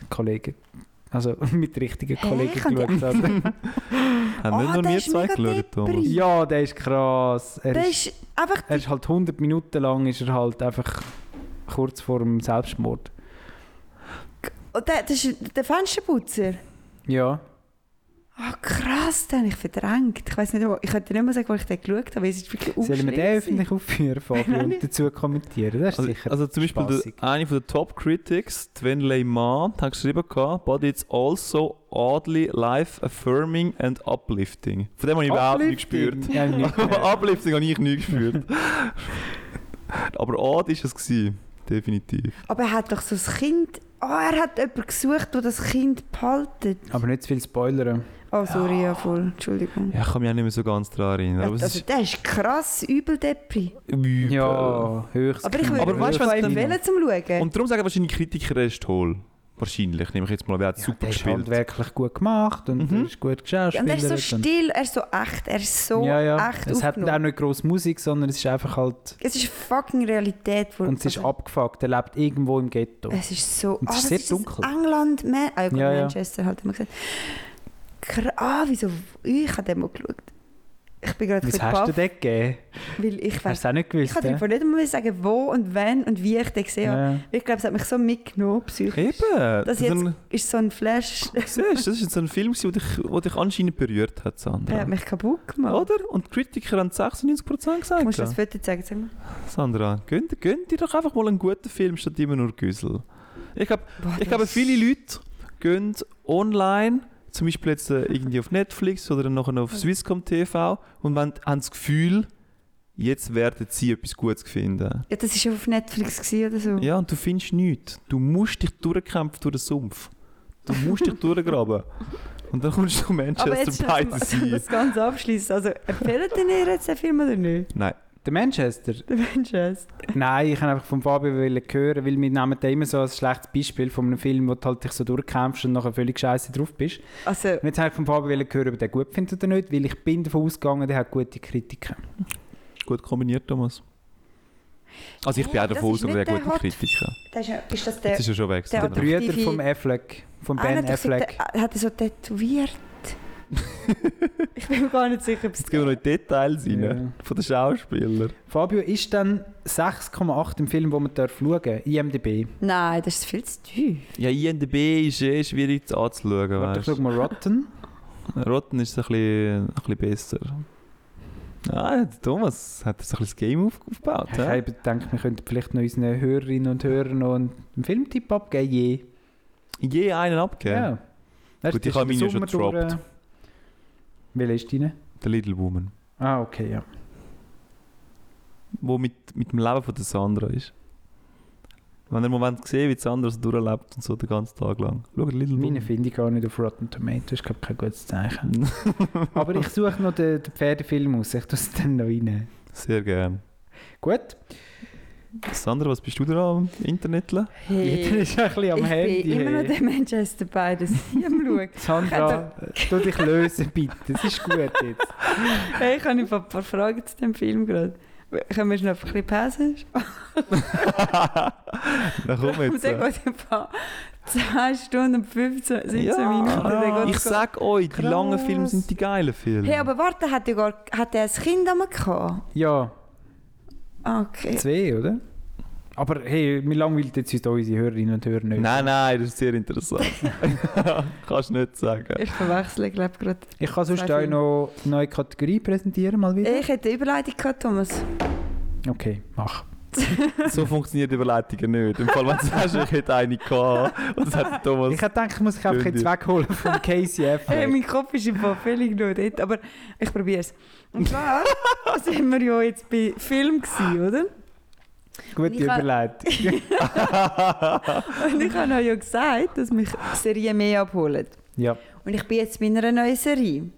C: Kollegen, also mit richtigen
E: Hä?
C: Kollegen
E: Ich hab die
C: geschaut. Also, Sandra.
D: Haben
E: Ah,
D: nicht nur
E: der
D: wir
E: ist
D: zwei
E: mega
D: geschaut, Thomas?
E: depri.
C: ja, der ist krass. Er
E: Der
C: ist,
E: ist einfach
C: er ist halt 100 Minuten lang ist er halt einfach kurz vor dem Selbstmord.
E: Oh, der, das ist der Fensterputzer.
C: Ja.
E: Ah, krass, den habe ich verdrängt. Ich weiß nicht, wo, ich könnte nicht mal sagen, wo ich den geschaut habe, weil es ist wirklich
C: Sollen wir den
E: aufgeschrieben
C: öffentlich aufführen, Fabio,
E: Nein.
C: und dazu kommentieren? Das ist
D: Also,
C: sicher
D: also zum Beispiel der,
C: spassig.
D: eine von der Top Critics, Twen Lehmann, hat geschrieben, gehabt, but it's also oddly life affirming and uplifting. Von dem habe ich überhaupt nichts gespürt.
C: Ja, nicht
D: Aber
C: gehört.
D: uplifting habe ich nie gespürt. Aber odd ist es gewesen. Definitiv.
E: Aber er hat doch so ein Kind... Oh, er hat jemanden gesucht, der das Kind behaltet.
C: Aber nicht zu viel spoilern.
E: Oh, sorry, ja, voll. Entschuldigung.
D: Ja, ich kann mich auch nicht mehr so ganz daran erinnern. Aber, es
E: also,
D: ist
E: der ist krass übel Depri.
D: übel.
C: Ja, höchst.
E: Aber ich würde
D: Aber
E: ihn
D: weißt du,
E: voll
D: was dann-
E: empfehlen zum Schauen.
D: Und darum sagen wahrscheinlich Kritiker, er ist toll. Wahrscheinlich, nehme ich jetzt mal an, wer hat
C: ja,
D: super
C: der ist
D: gespielt.
C: halt wirklich gut gemacht und
D: Mhm.
C: er ist gut
E: Ja, und er ist so
C: geschauspielert. und-
E: still, er ist so echt, er ist so
C: ja, ja.
E: echt
C: Es hat auch
E: aufgenommen.
C: nicht gross Musik, sondern es ist einfach halt.
E: Es ist fucking Realität. Wo
C: Und es ist abgefuckt, er lebt irgendwo im Ghetto.
E: also- Es ist so.
C: Und es
E: Ah,
C: ist
E: was
C: sehr
E: das?
C: dunkel.
E: England, Man ah, ja, gut,
C: Ja, ja.
E: Manchester halt immer gesagt. Kr ah, wieso? Ich habe den mal geschaut. Ich bin gerade
C: Was
E: ein
C: hast du
E: bisschen baff,
C: denn gegeben?
E: weil ich
C: Hast
E: weiß.
C: du auch nicht
E: Ich
C: gewusst?
E: kann dir
C: hä?
E: vor nicht einmal sagen, wo und wann und wie ich den gesehen habe.
C: Ja.
E: Ich glaube, es hat mich so mitgenommen. Psychisch.
D: Eben! Das,
E: Das
D: ist
E: jetzt-
D: ein,
E: Ist so ein Flash,
C: Oh,
D: siehst, du, das ist jetzt ein Film, gewesen, der dich, der dich anscheinend berührt hat, Sandra.
E: der hat mich kaputt gemacht.
C: oh,
D: Oder? Und die Kritiker haben 96%
E: Ich
D: gesagt.
E: muss das Foto zeigen. Sag mal.
D: Sandra, gönn, gönn dir doch einfach mal einen guten Film statt immer nur Güssel. Ich glaube,
E: Boah,
D: ich
E: das
D: glaube
E: ist-
D: viele Leute gehen online, zum Beispiel jetzt äh, irgendwie auf Netflix oder dann nachher auf Swisscom TV und wollen- haben das Gefühl, jetzt werden sie etwas Gutes finden.
E: Ja, das war auf Netflix gewesen oder so.
D: Ja, und du findest nichts. Du musst dich durchkämpfen durch den Sumpf. Du musst dich durchgraben. Und dann kommst du zu
E: Aber
D: Manchester
E: jetzt ähm,
D: by the
E: schnell das,
D: Sea.
E: das Ganze abschließen. Also, empfehlen denn ihr jetzt den Film oder nicht?
D: Nein.
C: Der Manchester?
E: Der Manchester.
C: Nein, ich kann einfach von Fabio wollen hören, weil wir nehmen da immer so ein schlechtes Beispiel von einem Film, wo du halt dich so durchkämpfst und nachher völlig scheiße drauf bist.
E: Also,
C: Und jetzt habe ich von Fabio wollen hören, ob der gut findet oder nicht, weil ich bin davon ausgegangen, der hat gute Kritiken.
D: Gut kombiniert, Thomas. Also ich bin
E: Hey,
D: auch davon
E: das
D: aus,
E: ist
D: aber der
E: nicht
D: gute
E: der Hot-
D: Kritiker.
E: das ist, ja- ist das der.
D: Jetzt ist er schon weg.
E: der
C: Der
D: Sandra.
C: Brüder
E: aktive-
C: vom Affleck, von
E: Ah,
C: Ben
E: nicht, ich sag,
C: Affleck.
E: der- Hat er so tätowiert? ich bin mir gar nicht sicher, ob es
D: Jetzt gehen wir noch in die Details rein.
C: Ja.
D: Von den Schauspielern.
C: Fabio ist dann 6,8 im Film, wo man darf schauen darf, IMDb.
E: Nein, das ist viel zu tief.
D: Ja, INDB ist eh schwierig zu anzuschauen.
C: Warte, ich
D: Weißt.
C: schau mal Rotten.
D: Rotten ist ein bisschen, ein bisschen besser. Ah, der Thomas hat so ein bisschen das Game auf, aufgebaut.
C: Ich
D: Ja?
C: habe gedacht, wir könnten vielleicht noch unseren Hörerinnen und Hörern noch einen einen Filmtipp abgeben. Je.
D: Je einen abgeben.
C: Ja. Weißt,
D: Gut,
C: das
D: ich habe
C: ist
D: meine
C: der
D: schon
C: Sommer durch,
D: gedroppt.
C: äh, Welcher ist deine?
D: Der Little Woman.
C: Ah, okay, ja.
D: Wo mit, mit dem Leben von der Sandra ist. Wenn ihr im Moment seht, wie die Sandra so durchlebt und so den ganzen Tag lang. Schaut, Little
C: Meine
D: Woman.
C: finde ich gar nicht auf Rotten Tomatoes, ist glaube kein gutes Zeichen. Aber ich suche noch den, den Pferdefilm aus, ich tue es dann noch rein.
D: Sehr gern.
C: Gut,
D: Sandra, was bist du da am Internet?
C: jeder
E: Hey,
C: ist ein bisschen am
E: ich
C: Handy.
E: bin immer noch der Manchester beides. Ich am Schauen.
C: Sandra,
E: Also-
C: tu dich lösen bitte, es ist gut jetzt.
E: Hey, ich habe noch ein paar Fragen zu dem Film gerade. Können wir schnell einfach ein bisschen Pause?
D: Na komm
E: Und
D: jetzt.
C: eh
E: dann
D: äh.
E: geht es paar 10 Stunden und 15, 17 Minuten.
D: Ja,
E: Dann
D: ich
E: geht's-
D: sag euch, die
C: Krass.
D: langen Filme sind die geilen Filme.
E: Hey, aber warte, hat er, gar, hat er ein Kind einmal gehabt? Ah,
C: Ja,
E: Okay.
C: zwei, oder? Aber hey, mir langweilt jetzt heute unsere Hörerinnen und Hörer nicht.
D: nein, nein, das ist sehr interessant. Kannst nicht sagen.
E: Ich verwechsel, glaube ich, gerade.
C: Ich kann sonst
E: Zwei
C: auch noch eine neue Kategorie präsentieren, mal wieder.
E: Ich hätte eine Überleitung gehabt, Thomas.
C: Okay, mach.
D: So funktioniert die Überleitung nicht. Im Fall, wenn du sagst, ich hätte eine gehabt und das hat der Thomas.
C: Ich hätte gedacht, ich muss mich einfach
D: Schön
C: jetzt
D: dir.
C: wegholen vom KCF.
E: Hey, mein Kopf ist im Fall völlig nur dort, aber ich probiere es. Und zwar sind wir ja jetzt bei Film, gewesen, oder?
C: Gute
E: ich kann-
C: Überleitung.
E: Und ich habe euch ja gesagt, dass mich Serien mehr abholen.
C: Ja.
E: Und ich bin jetzt bei einer neuen Serie.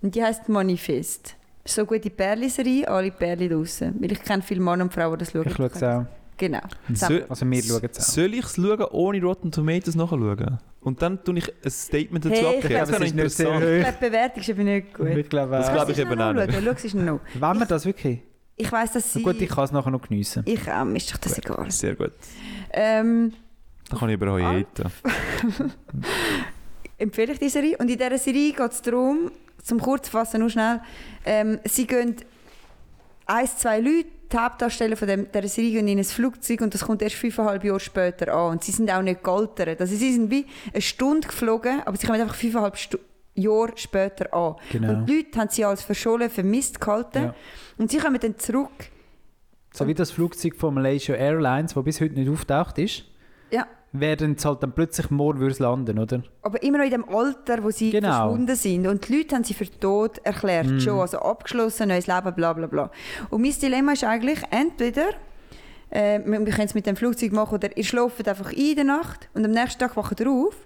E: Und die heißt Manifest. Ist so eine gute Perli-Serie, alle Perli draussen. Weil ich kenne viele Männer und Frauen, die das schauen.
C: Ich schaue es auch.
E: Genau.
D: Soll-
C: Also wir schauen es auch.
D: Soll ich es schauen, ohne Rotten Tomatoes nachschauen? Und dann tue ich ein Statement dazu
E: Hey,
D: ab.
E: ich
D: Das
E: glaube,
D: wäre
C: es ist nicht sehr
D: interessant.
E: Ich glaube, die Bewertung ist aber nicht gut.
C: Ich glaube,
D: Das
C: äh,
D: glaub ich
E: Kannst du
D: eben
E: noch
D: auch nicht.
E: anschauen? Schau, es ist noch. noch.
C: Wollen wir das wirklich?
E: Ich weiss, dass sie...
C: Gut, ich kann es nachher noch geniessen.
E: Ich ähm, ist doch das egal.
D: Sehr gut.
E: Ähm,
D: Dann kann ich über euch
E: Ah.
D: reden.
E: empfehle ich die Serie. Und in dieser Serie geht es darum, zum Kurzfassen nur schnell, ähm, sie gehen eins, zwei Leute, die Hauptdarsteller von dem, dieser Serie gehen in ein Flugzeug und das kommt erst fünfeinhalb Jahre später an. Und sie sind auch nicht gealtert. Also sie sind wie eine Stunde geflogen, aber sie kommen einfach fünfeinhalb Stu Jahre später an.
C: Genau.
E: Und die Leute haben sie als verschollen, vermisst gehalten.
C: Ja.
E: Und sie kommen dann zurück.
C: So wie das Flugzeug von Malaysia Airlines, das bis heute nicht auftaucht ist,
E: Ja,
C: werden es halt dann plötzlich morgen würd's landen, oder?
E: aber immer noch in dem Alter, wo sie
C: Genau.
E: verschwunden sind. Und die Leute haben sie für tot erklärt, schon. Also abgeschlossen, neues Leben, bla bla bla. Und mein Dilemma ist eigentlich, entweder äh, wir, wir können es mit dem Flugzeug machen oder ihr schlaft einfach ein in der Nacht und am nächsten Tag wacht ihr auf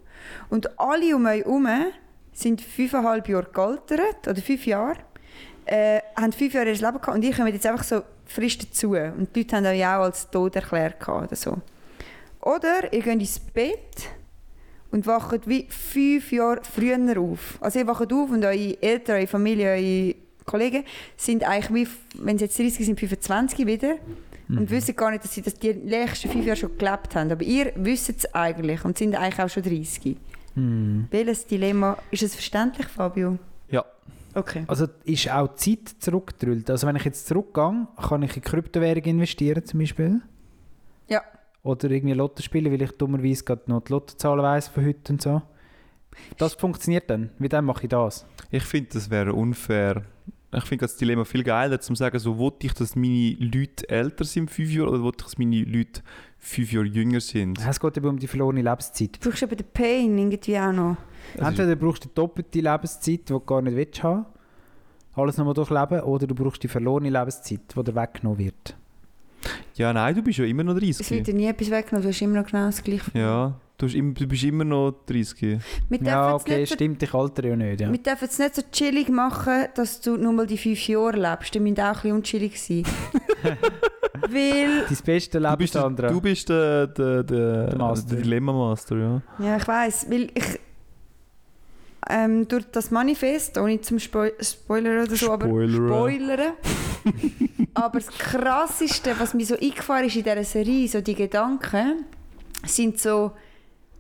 E: und alle um euch herum sind fünfeinhalb Jahre gealtert oder fünf Jahre, äh, haben fünf Jahre ihr Leben gehabt und ihr kommt jetzt einfach so frisch dazu. Und die Leute haben euch auch als tot erklärt gehabt oder so. Oder ihr geht ins Bett und wacht wie fünf Jahre früher auf. Also ihr wacht auf und eure Eltern, eure Familie, eure Kollegen sind eigentlich wie, wenn sie jetzt 30 sind, 25 wieder
C: Mhm.
E: und wissen gar nicht, dass sie das die letzten fünf Jahre schon gelebt haben. Aber ihr wisst es eigentlich und sind eigentlich auch schon 30.
C: Mhm.
E: Welches Dilemma? Ist es verständlich, Fabio?
D: Ja.
E: Okay.
C: Also ist auch die Zeit zurückgedrüllt. Also wenn ich jetzt zurückgehe, kann ich in Kryptowährung investieren zum Beispiel.
E: Ja.
C: Oder irgendwie Lotto spielen, weil ich dummerweise gerade noch die Lottozahlen weiss von heute und so. Das funktioniert dann. Mit dem mache ich das.
D: Ich finde, das wäre unfair. Ich finde das Dilemma viel geiler, zum sagen, so wollte ich, dass meine Leute älter sind, fünf Jahre, oder wollte ich, dass meine Leute fünf Jahre jünger sind?
C: Es geht eben um die verlorene Lebenszeit.
E: Du brauchst aber den Pain irgendwie auch noch.
D: Also-
C: Entweder brauchst du die doppelte Lebenszeit, die du gar nicht willst haben, alles nochmal durchleben, oder du brauchst die verlorene Lebenszeit, die dir weggenommen wird.
D: Ja, nein, du bist ja immer noch
E: Es wird
D: 30.
E: dir nie etwas weggenommen, du hast immer noch genau das Gleiche.
D: Ja, du bist, im- du bist immer noch 30.
E: Wir dürfen
C: Ja,
E: es
C: okay,
E: nicht so
C: stimmt, ich alter ja nicht. Ja.
E: Wir dürfen es nicht so chillig machen, dass du nur mal die fünf Jahre lebst. Die müssen auch ein bisschen unchillig sein. Weil,
C: Dein beste
D: Du
C: Leben,
D: bist, der-
C: Sandra.
D: du bist der, der, der,
C: Der Master.
D: der Dilemma-Master, ja.
E: ja, ich weiss, weil ich ähm, durch das Manifest, ohne zum Spo Spoiler oder so, aber
D: Spoiler.
E: Spoilern. aber das Krasseste, was mir so eingefahren ist in dieser Serie, so die Gedanken, sind so,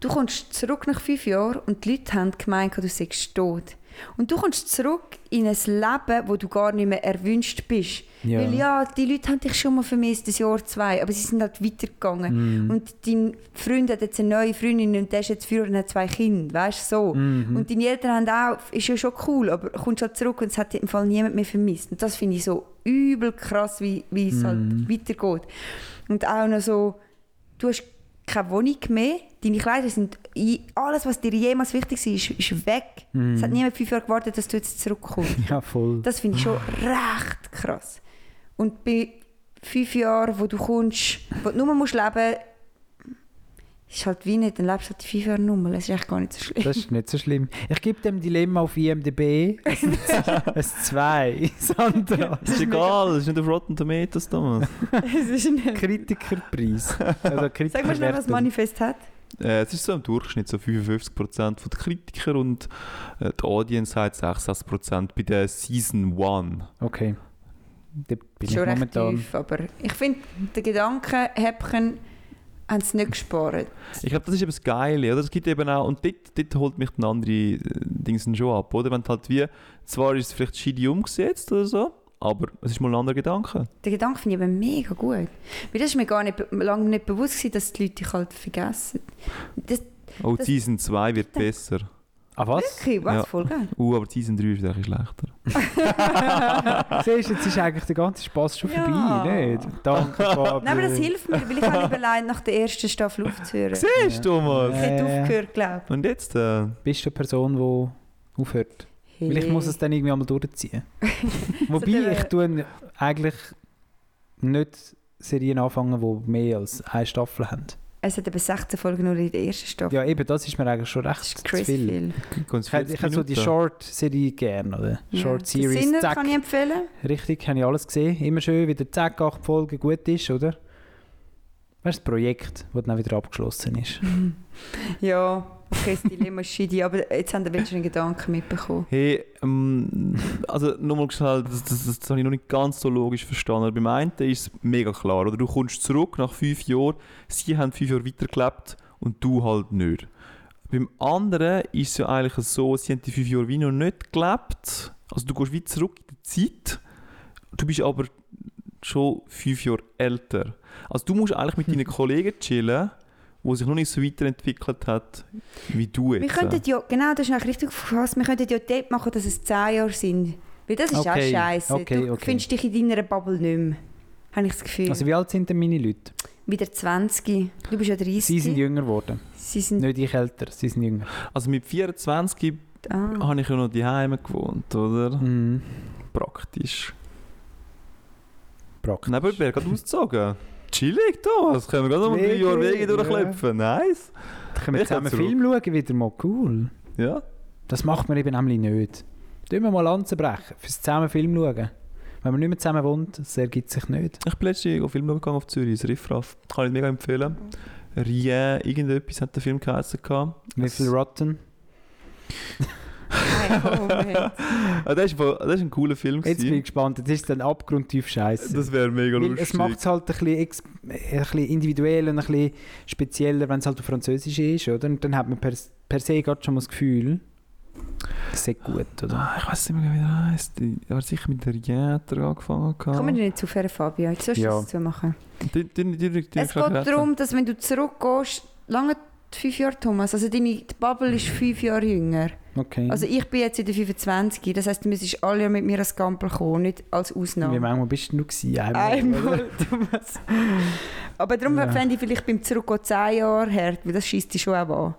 E: du kommst zurück nach fünf Jahren und die Leute haben gemeint, du seist tot. Und du kommst zurück in ein Leben, wo du gar nicht mehr erwünscht bist.
C: Ja.
E: Weil ja, die Leute haben dich schon mal vermisst, ein Jahr, zwei, aber sie sind halt weitergegangen. Und dein Freund hat jetzt eine neue Freundin und der ist jetzt vier und hat zwei Kinder, weißt du, so. Und deine Eltern haben auch, ist ja schon cool, aber kommst halt zurück und es hat im Fall niemand mehr vermisst. Und das finde ich so übel krass, wie, wie es halt weitergeht. Und auch noch so, du hast keine Wohnung mehr, deine Kleider sind, i- alles was dir jemals wichtig war, ist, ist weg. Es hat
C: Mhm.
E: niemand fünf Jahre gewartet, dass du jetzt zurückkommst.
C: Ja, voll.
E: Das finde ich schon recht krass. Und bei fünf Jahren, wo du kommst, wo du nur musst leben ist halt wie nicht, dann lebst du halt die fünf Jahre nur mal. Das ist echt gar nicht so schlimm.
C: Das ist nicht so schlimm. Ich gebe dem Dilemma auf IMDb ein 2. Sandra.
D: Ist egal, ist nicht auf Rotten Tomatoes damals.
E: Es ist nicht.
C: Kritikerpreis. Also
E: Sag mal schnell, was das
C: Kritikerwertung.
E: Manifest hat.
D: Äh, es ist so im Durchschnitt so 55% von den Kritikern und äh, die Audience hat 66% bei der Season 1.
C: Okay. Da bin
E: Schon
C: ich
E: recht
C: momentan.
E: tief, aber ich finde, der Gedanke, Häppchen, haben sie nicht gespart.
D: Ich glaube, das ist eben das Geile, oder? Es gibt eben auch, und dort, dort holt mich den anderen äh, Dings dann schon ab, oder? Wenn du halt wie, zwar ist es vielleicht shitty umgesetzt oder so, aber es ist mal ein anderer Gedanke.
E: Den Gedanken finde ich eben mega gut. Weil das ist mir gar nicht, be- lange nicht bewusst gewesen, dass die Leute dich halt vergessen. Das,
D: Oh, die
E: Das-
D: Season 2 wird besser.
C: Ah, was?
E: okay, was?
D: Ja.
E: Voll geil.
D: Uh, aber die Season 3 ist eigentlich schlechter.
C: Siehst du, jetzt ist eigentlich der ganze Spaß schon
E: Ja.
C: vorbei, nicht? Danke, Fabio.
E: Nein, aber das hilft mir, weil ich habe überlegt, nach der ersten Staffel aufzuhören. Ich
D: Siehst du, Thomas?
C: Ja.
E: hätte aufgehört, glaube
D: Und jetzt? Äh,
C: Bist du eine Person, die aufhört?
E: ich.
C: Weil ich muss es dann irgendwie einmal durchziehen. Wobei
E: der-
C: ich tue eigentlich nicht Serien anfangen, die mehr als eine Staffel haben.
E: Es hat eben 16 Folgen nur in der ersten Staffel.
C: Ja, eben, das ist mir eigentlich schon
E: das
C: recht
E: ist
C: zu
E: crazy
C: viel.
E: viel.
D: ganz
C: Ich hätte, ich hätte so die Short-Serie gerne, oder? Short
E: Ja. Den
C: Series,
E: Sinner
C: zack.
E: kann ich empfehlen.
C: Richtig, habe ich alles gesehen. Immer schön, wieder zack, acht Folgen gut ist, oder? Weißt du, das Projekt, das dann auch wieder abgeschlossen ist.
E: Ja, okay, das Dilemma ist shitty, aber jetzt haben wir wenigstens einen Gedanken mitbekommen.
D: Hey, ähm, also nochmal schnell, das, das, das, das habe ich noch nicht ganz so logisch verstanden. Aber beim einen ist es mega klar, oder? Du kommst zurück nach fünf Jahren, sie haben fünf Jahre weitergelebt und du halt nicht. Beim anderen ist es ja eigentlich so, sie haben die fünf Jahre wie noch nicht gelebt. Also du gehst wie zurück in die Zeit, du bist aber schon fünf Jahre älter. Also du musst eigentlich mit deinen Kollegen chillen, die sich noch nicht so weiterentwickelt hat wie du jetzt.
E: Wir könnten ja, genau, das ist eigentlich richtig gefasst, wir könnten ja dort machen, dass es 10 Jahre sind. Weil das ist
C: Okay,
E: auch scheiße.
C: okay,
E: du
C: okay.
E: findest dich in deiner Bubble nicht mehr. Habe ich das Gefühl.
C: Also, wie alt sind denn meine Leute?
E: Wieder 20. Du bist ja 30.
C: Sie sind jünger geworden.
E: Sie sind-
C: Nicht ich älter, sie sind jünger.
D: Also mit 24
E: ah.
C: Hm.
D: habe ich ja noch die Heime gewohnt, oder?
C: Mhm.
D: Praktisch.
C: Praktisch.
D: Neben wäre gerade ausgezogen. Chillig, Thomas. Können wir gerade noch mal drei
C: Wirklich?
D: Jahre Wege durchklopfen. Nice.
C: Dann können wir
D: Ich
C: zusammen
D: zurück.
C: Film schauen, wieder mal cool.
D: Ja.
C: Das macht man eben nämlich nicht. Tun wir mal Lanzen brechen, fürs zusammen Film schauen. Wenn man nicht mehr zusammen wohnt, das ergibt sich nicht.
D: Ich bin letztens auf Film gegangen auf Zürich, ins Riffraff. Kann ich mega empfehlen. Rien, irgendetwas hat der Film geheißen. gehabt.
C: Wie viel Rotten?
E: Nein, oh Moment.
D: Ah, das, ist, voll- das ist ein cooler Film.
C: Jetzt bin ich
D: gewesen.
C: gespannt, jetzt ist es dann abgrundtief scheiße.
D: Das wäre mega
C: Weil es
D: lustig.
C: macht es halt ein bisschen, ex- ein bisschen individuell und ein bisschen spezieller, wenn es halt auf Französisch ist, oder? Und dann hat man per, per se gerade schon mal das Gefühl, das ist gut, oder?
D: Ah, ich weiß nicht mehr, wie der heisst. Ich habe sicher mit der Rien hat er angefangen.
E: Komm mir nicht zu fair, Fabio. Jetzt sollst du
C: Ja.
E: das zu machen. Es
D: Es
E: geht darum, dass wenn du zurückgehst, lange die fünf Jahre, Thomas. Also deine die Bubble ist fünf Jahre jünger.
C: Okay.
E: Also ich bin jetzt in der 25. Das heisst, du müsstest alle mit mir als Gampel kommen, nicht als
C: Wie
E: Ausnahme.
C: manchmal bist du noch gewesen? Einmal.
E: Einmal, Thomas. Aber darum
C: Ja.
E: fände ich vielleicht beim Zurückgehen 10 Jahre her, weil das schießt dich schon auch an.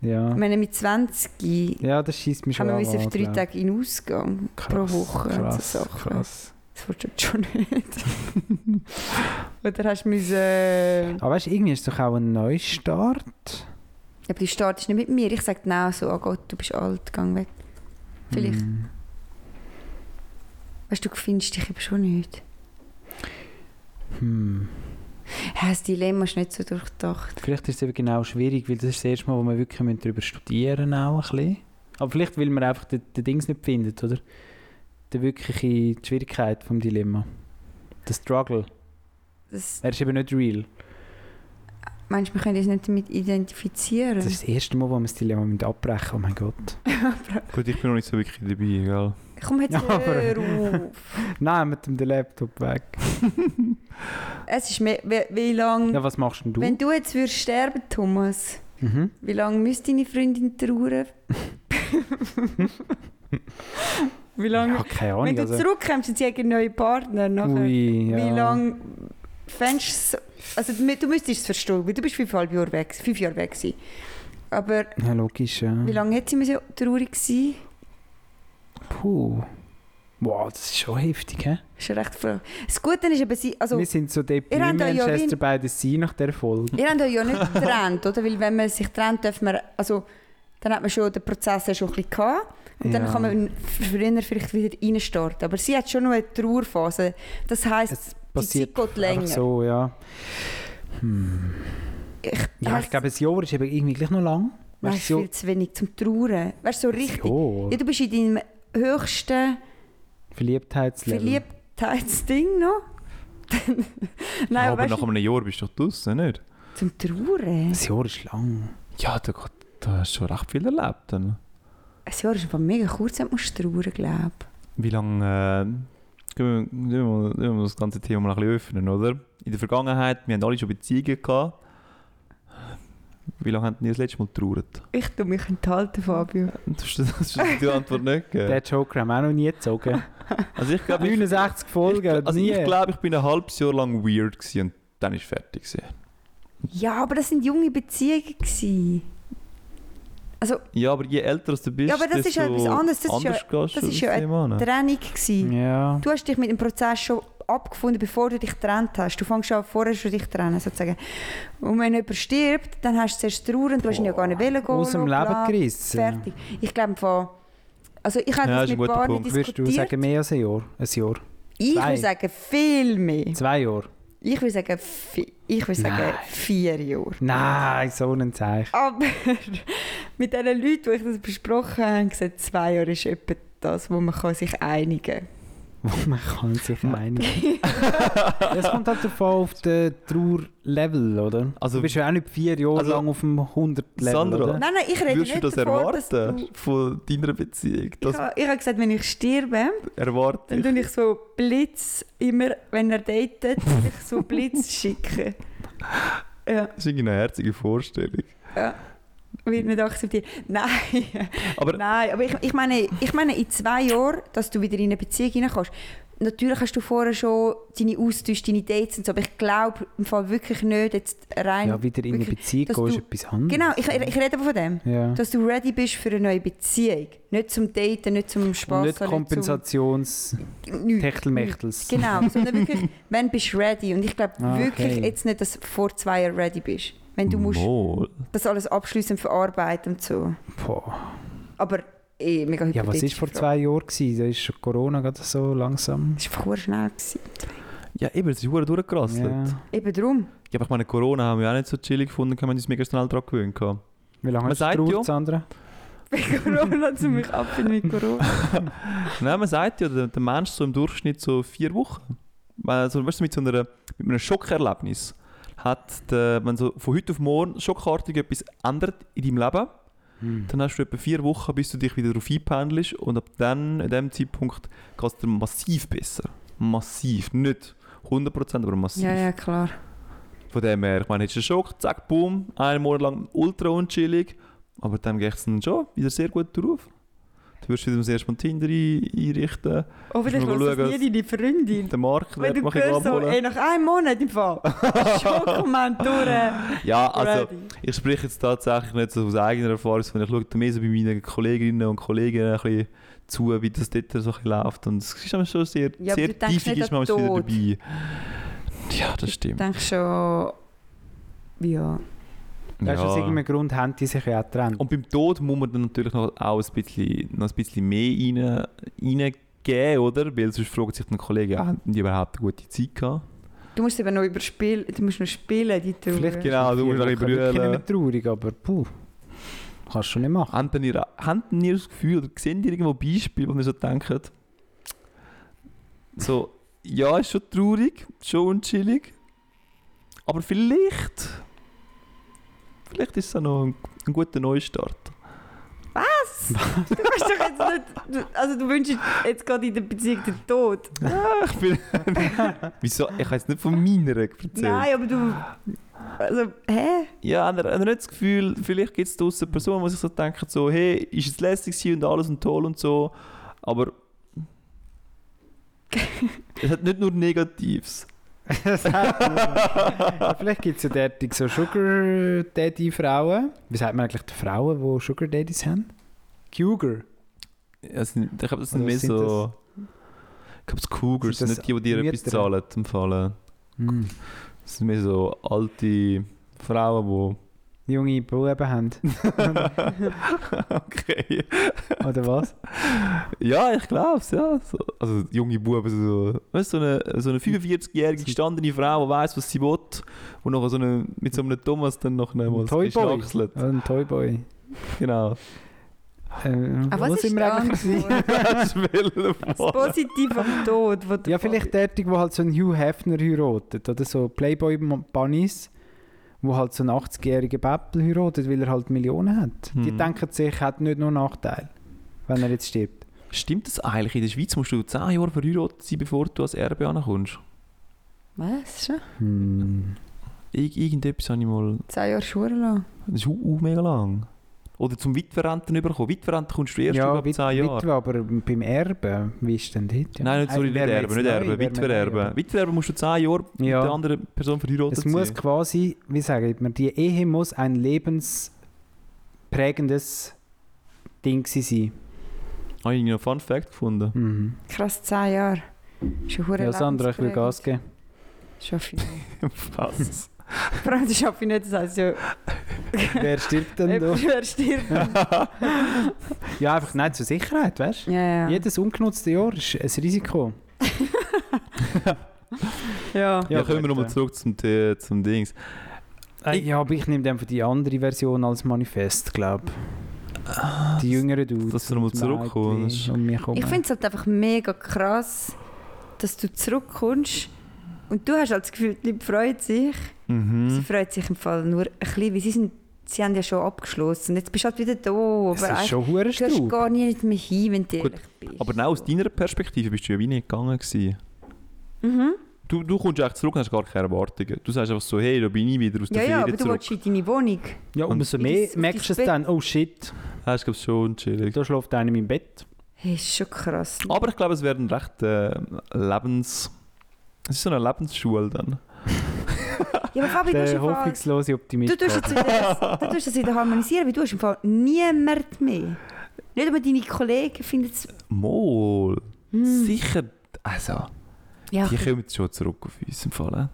C: Ja.
E: Ich meine, mit 20
C: ja, das schießt mich schon
E: haben wir
C: an,
E: müssen auf drei
C: glaub.
E: Tage in den Ausgang
C: Krass,
E: pro Woche. und
C: Krass,
E: so Sachen.
C: krass.
E: Das willst du schon nicht. Oder hast du müssen... äh,
C: Aber weißt du, irgendwie ist es doch auch ein Neustart.
E: Aber du startest nicht mit mir. Ich sage genau so, oh Gott, du bist alt, gang weg. Vielleicht.
C: Hm.
E: Weißt du, du findest dich eben schon nicht.
C: Hm.
E: Ja, das Dilemma ist nicht so durchdacht.
C: Vielleicht ist es eben genau schwierig, weil das ist das erste Mal, wo wir wirklich müssen darüber studieren auch ein bisschen. Aber vielleicht, weil man einfach den, den Dings nicht findet, oder? Die wirkliche die Schwierigkeit vom Dilemma. Der Struggle.
E: Das,
C: Er ist eben nicht real.
E: Meinst du, wir können uns nicht damit identifizieren?
C: Das ist das erste Mal, wo wir das Dilemma müssen abbrechen Oh mein Gott.
D: Gut, ich bin noch nicht so wirklich dabei, gell?
E: Komm jetzt äh,
C: Ja, aber-
E: hör auf.
C: Nein, mit dem Laptop weg.
E: Es ist mehr, wie, wie lange...
C: Ja, was machst denn du?
E: Wenn du jetzt würdest sterben, Thomas,
C: Mhm.
E: wie lange müsste deine Freundin trauern? wie lange...
C: Ja, keine
E: wenn
C: Ahnung.
E: du
C: Also,
E: zurückkommst und sie hat einen neuen Partner, nachher,
C: ui, ja.
E: wie lange fändest du es- Also du du müsstest es verstehen, weil du bist fünfeinhalb Jahre weg, fünf Jahre weg gewesen. Aber
C: Ja, logisch, ja.
E: wie lange hätte sie müssen traurig sein
C: Puh. Wow, das ist schon heftig, hä?
E: Das ist eine recht froh. Das Gute ist aber, sie, also,
C: wir sind so
E: Ihr
C: deprimiert,
E: habt da ja
C: Manchester beide sein nach der Folge.
E: ihr habt euch ja nicht getrennt, oder? Weil wenn man sich trennt, darf man, also, dann hat man schon den Prozess ja schon ein bisschen gehabt. Und dann
C: Ja.
E: kann man früher vielleicht wieder reinstarten. Aber sie hat schon noch eine Trauerphase. Das heisst,
C: Es
E: die Zeit
C: passiert
E: geht
C: einfach
E: länger.
C: so, ja. Hm.
E: Ich,
C: Ja, ich glaube, ein Jahr ist eben irgendwie gleich noch lang.
E: Nein,
C: Weißt du,
E: viel zu wenig zum Trauern. Weißt du, so
C: ein
E: richtig.
C: Jahr.
E: Ja, du bist in deinem höchsten
C: Verliebtheitslevel.
E: Verliebtheitsding noch. Nein, aber
D: aber
E: weißt
D: nach
E: du,
D: einem Jahr bist du doch draußen, nicht?
E: zum Trauern.
C: Ein Jahr ist lang.
D: Ja, da, geht- da hast du schon recht viel erlebt. Dann.
E: Ein Jahr ist einfach mega kurz, wenn du musst trauern, glaube
D: Wie lange. Äh, gehen wir, gehen wir, mal- gehen wir mal das ganze Thema mal ein bisschen öffnen, oder? In der Vergangenheit, wir haben alle schon Beziehungen gehabt. Wie lange habt ihr das letzte Mal getrauert?
E: ich. Ich tue mich enthalten, Fabio.
D: Das ist, das ist die Antwort nicht
C: Der
D: gegeben.
C: Joker haben wir auch noch nie gezogen.
D: Also ich glaube, ich,
C: 69 Folgen,
D: also
C: nie.
D: ich, glaub, ich bin ein halbes Jahr lang weird gewesen und dann ist fertig gewesen.
E: Ja, aber das sind junge Beziehungen. Gewesen.
D: Ja, aber je älter du bist,
E: Ja, aber das ist ja
D: desto
E: etwas anderes. Das ist ja-
D: anders gehst du
E: das ist
D: das
E: ja ein
D: Thema an.
E: Trennung. Gewesen.
C: ja.
E: Du hast dich mit dem Prozess schon abgefunden, bevor du dich getrennt hast. Du fängst schon vorher schon dich zu trennen, sozusagen. Und wenn jemand stirbt, dann hast du zuerst Trauer und du hast ihn ja gar nicht wollen gehen.
C: Aus dem
E: bla,
C: Leben
E: bla.
C: gerissen.
E: Fertig. Ich glaube von... Also ich habe
D: Ja,
E: das
D: ist ein
E: mit
D: guter
E: Paaren
D: Punkt.
C: Würdest du
E: diskutiert.
C: sagen, mehr als ein Jahr? Ein Jahr?
E: ich
C: zwei?
E: würde sagen viel mehr.
C: Zwei Jahre?
E: Ich würde sagen, vi- ich würde
C: Nein.
E: sagen vier Jahre.
C: Nein, so ein Zeichen.
E: Aber mit den Leuten, die ich das besprochen habe, haben gesagt, zwei Jahre ist etwa das, wo man kann sich einigen
C: Wo man kann sich einigen. das kommt halt davon auf den Trauer-Level, oder?
D: Also-
C: du bist ja auch nicht vier Jahre
D: Also-
C: lang auf dem 100-Level,
D: Sandra.
E: kann.
C: oder?
E: Nein, nein, ich rede
D: Würdest du
E: nicht
D: das
E: davon, dass
D: erwarten
E: du-
D: von deiner Beziehung?
E: Ich
D: Das
E: habe, ich habe gesagt, wenn ich sterbe,
D: erwarte
E: dann
D: ich.
E: tue ich so Blitz, immer wenn er datet, tue ich so Blitz schicken. Ja,
D: Das ist irgendwie eine herzige Vorstellung.
E: wird nicht akzeptiert. Nein.
D: Aber
E: Nein, aber ich, ich, meine, ich meine, in zwei Jahren, dass du wieder in eine Beziehung hineinkommst. Natürlich hast du vorher schon deine Austausche, deine Dates und so, aber ich glaube im Fall wirklich nicht jetzt rein...
C: Ja, wieder in eine
E: wirklich,
C: Beziehung
E: dass
C: gehen ist
E: du-
C: etwas anderes.
E: Genau, ich, ich rede aber von dem.
C: Ja.
E: Dass du ready bist für eine neue Beziehung. Nicht zum Daten, nicht zum Spass.
C: Und nicht kompensations
E: Zum, nichts.
C: techtelmechtels
E: Genau, sondern wirklich, wenn bist du ready. Und ich glaube
C: Ah, okay.
E: wirklich jetzt nicht, dass du vor zwei Jahren ready bist. Wenn du musst
D: Mol.
E: das alles abschließend verarbeiten und so.
C: Boah.
E: Aber eh, mega
C: Ja, was war
E: hypothetische
C: vor
E: Frage.
C: zwei Jahren? gewesen? Da ist schon Corona gerade so langsam.
E: Das war vorher schnell. Gewesen.
D: Ja, eben, das ist verdammt durchgerasselt.
C: Ja.
D: Ja.
E: Eben drum.
D: aber ich meine, Corona haben wir auch nicht so chillig gefunden, können wir uns mega schnell daran gewöhnt haben.
C: Wie lange
D: Man
C: hast du
D: sagt ja-
C: getraut, Sandra?
E: Wegen Corona hat sie mich ab mit Corona.
D: Nein, man sagt ja, der, der Mensch so im Durchschnitt so vier Wochen. Also, weißt du, mit so einer, mit einem Schockerlebnis hat, der, wenn so von heute auf morgen schockartig etwas ändert in deinem Leben,
C: Hm.
D: dann hast du etwa vier Wochen, bis du dich wieder darauf einpendelst und ab dann, an diesem Zeitpunkt, geht es dir massiv besser. Massiv, nicht 100%, aber massiv.
E: Ja, ja, klar.
D: Von dem her, ich meine, jetzt ist ein Schock, zack, boom, einen Monat lang ultra unchillig, aber dann geht es dann schon wieder sehr gut drauf. Du wirst wieder sehr spontan ein einrichten,
E: Oh, vielleicht
D: Mal
E: hörst
D: schauen,
E: du nie deine Freundin.
D: den Markt
E: Wenn
D: wird
E: du
D: mache ich
E: hörst, so,
D: abholen.
E: ey, nach einem Monat im Fall. Schockmoment durch. äh,
D: Ja, also
E: ready.
D: ich spreche jetzt tatsächlich nicht so aus eigener Erfahrung, sondern ich schaue mehr so bei meinen Kolleginnen und Kollegen ein bisschen zu, wie das dort so ein bisschen läuft. Und es ist aber schon sehr,
E: Ja, aber du
D: sehr
E: denkst
D: tiefig
E: nicht
D: ist man
E: an
D: wieder
E: Tod.
D: dabei. Ja, das
E: Ich
D: stimmt.
E: denke schon... Ja.
C: Ja. Weißt du, aus
D: Ja. Oh,
C: irgendeinem Grund haben die sich ja auch getrennt.
D: Und beim Tod muss man dann natürlich noch, auch ein, bisschen, noch ein bisschen mehr rein, reingeben, oder? Weil sonst fragen sich dann Kollegen, ja, haben die überhaupt eine gute Zeit gehabt?
E: Du musst eben noch überspielen. Du musst noch spielen, die Trauer.
C: Vielleicht
D: Genau,
C: ist
D: du
C: in
D: musst
C: vier
D: ein
C: Wochen
D: bisschen
C: wirklich
D: brüllen.
C: nicht traurig, aber puh. Kannst du schon nicht machen.
D: Haben denn ihr, habt denn ihr das Gefühl, oder seht ihr irgendwo Beispiele, wo ihr so denkt, so, ja, ist schon traurig, schon unchillig, aber vielleicht Vielleicht ist es ja noch ein, ein guter Neustart.
E: Du bist doch jetzt nicht. du- Also, du wünschst jetzt gerade in der Beziehung den Tod.
D: Ah, ich bin... Wieso? Ich habe jetzt nicht von meiner erzählt.
E: Nein, aber du. Also, hä?
D: Ja, hat er, hat er nicht das Gefühl, vielleicht gibt es draussen Personen, die sich so denken, so, hey, ist es lässig gewesen und alles und toll und so, aber es hat nicht nur Negatives.
C: Ja, Vielleicht gibt es ja derartig so Sugar Daddy Frauen. Wie sagt man eigentlich die Frauen, die Sugar Daddies haben? Cougar.
D: Ja, es sind, ich glaube, das sind
C: Oder
D: mehr
C: sind
D: so... Ich glaube, es Cougars
C: Sind das
D: sind nicht die, die dir etwas
C: Mütter?
D: zahlen, im Fall.
C: Hm.
D: Es sind mehr so alte Frauen,
C: Junge Buben haben.
D: die... okay.
C: Oder was?
D: Ja, ich glaube es, ja. So, also junge Buben, so, weißt, du, so eine, so eine 45-jährige gestandene Frau, die weiß, was sie will, und nachher so eine, mit so einem Thomas dann noch einmal
C: Ein Toyboy.
D: geschnackselt.
C: Oder ein Toyboy.
D: Genau.
C: Ähm,
E: Aber
C: wo
E: Ah, was ist
C: sind wir
E: dran?
C: eigentlich? gewesen?
D: das will
E: Das Positive am Tod. Wo
C: Ja, vielleicht derartig, wo halt so ein Hugh Hefner heiratet. Oder so Playboy Bunnies, wo halt so einen 80-jährigen Beppel heiratet, weil er halt Millionen hat. Die
D: Mhm.
C: denken sich, er hat nicht nur Nachteil, wenn er jetzt stirbt.
D: Stimmt das eigentlich? In der Schweiz musst du 10 Jahre verheiratet sein, bevor du als Erbe ankommst.
E: Was? Schon?
C: Hm.
D: Irg irgendetwas habe ich mal...
E: Zehn Jahre Schuhe lang.
D: Das ist auch mega lang. Oder zum Witwerrenten überkommen. Witwerrenten kommst du erst
C: ja,
D: ab 10
C: wit-
D: Jahren.
C: Witwe, aber beim Erben, wie ist denn dort? Äh, Ja.
D: Nein, nicht, sorry,
C: Eigentlich wären wir
D: nicht erben,
C: jetzt
D: nicht
C: neu, wären wir
D: erben,
C: neu,
D: Witwererben.
C: aber-
D: Witwererben musst du 10 Jahre mit
C: Ja.
D: der anderen Person verheiratet
C: Es
D: sein.
C: muss quasi, wie sage ich mir, die Ehe muss ein lebensprägendes Ding gewesen sein.
D: Habe ich noch einen Fun Fact gefunden.
C: Mhm.
E: Krass, zehn Jahre. Schon hure
C: Ja, Sandra, ich will
E: lebensprägend.
C: Gas geben.
E: Schon viel.
D: Was?
E: Vor allem, das schaffe ich nicht. Das heisst ja,
C: Wer stirbt denn da?
E: jemand, wer stirbt.
C: Ja, einfach nein, zur Sicherheit, weißt du?
E: Ja, ja.
C: Jedes ungenutzte Jahr ist ein Risiko.
E: ja.
D: Ja,
C: Ja,
D: kommen wir
C: gut,
D: nochmal
C: ja.
D: zurück zum, The- zum Dings.
C: Äh, ja, aber ich nehme dann die andere Version als Manifest, glaube
D: Ah,
C: ich. Die jüngeren Dudes.
D: dass du nochmal
C: und
D: zurückkommst.
C: Mädchen und mich kommen.
E: Ich finde es halt einfach mega krass, dass du zurückkommst und du hast halt das Gefühl, die Leute freuen sich. Sie
D: Mhm.
E: freut sich im Fall nur ein bisschen, weil sie, sind, sie haben ja schon abgeschlossen. Jetzt bist du halt wieder da, aber
C: es ist
E: eigentlich
C: schon
E: gehörst du
C: verdammt
E: gar nicht mehr hin, wenn du
D: Gut,
E: ehrlich bist.
D: Aber genau aus deiner Perspektive bist du ja wie nicht gegangen. Gewesen.
E: Mhm.
D: Du, du kommst echt zurück und hast gar keine Erwartungen. Du sagst einfach so, hey, da bin ich wieder aus
E: Ja,
D: der
E: ja, aber
D: Ferien
E: du
D: zurück.
E: willst in deine Wohnung.
C: Ja, umso
E: Wie
C: mehr
E: das auf
C: merkst du es
E: dein
C: dann, oh shit,
D: Hast du schon chillig.
C: da schläft einer im Bett.
E: Hey, ist schon krass.
D: Aber ich glaube, es wäre ein recht äh, Lebens... Es ist so eine Lebensschule dann.
E: ja, aber Fabi, du hast
C: Der
E: im Fall...
C: hoffnungslose Optimist.
E: Du tust, jetzt wieder, du tust das wieder harmonisieren, weil du hast im Fall niemand mehr. Nicht einmal deine Kollegen finden es...
D: Mol,
E: Hm.
D: sicher. Also,
E: Ja,
D: die kommen jetzt schon zurück auf uns im Fall. eh?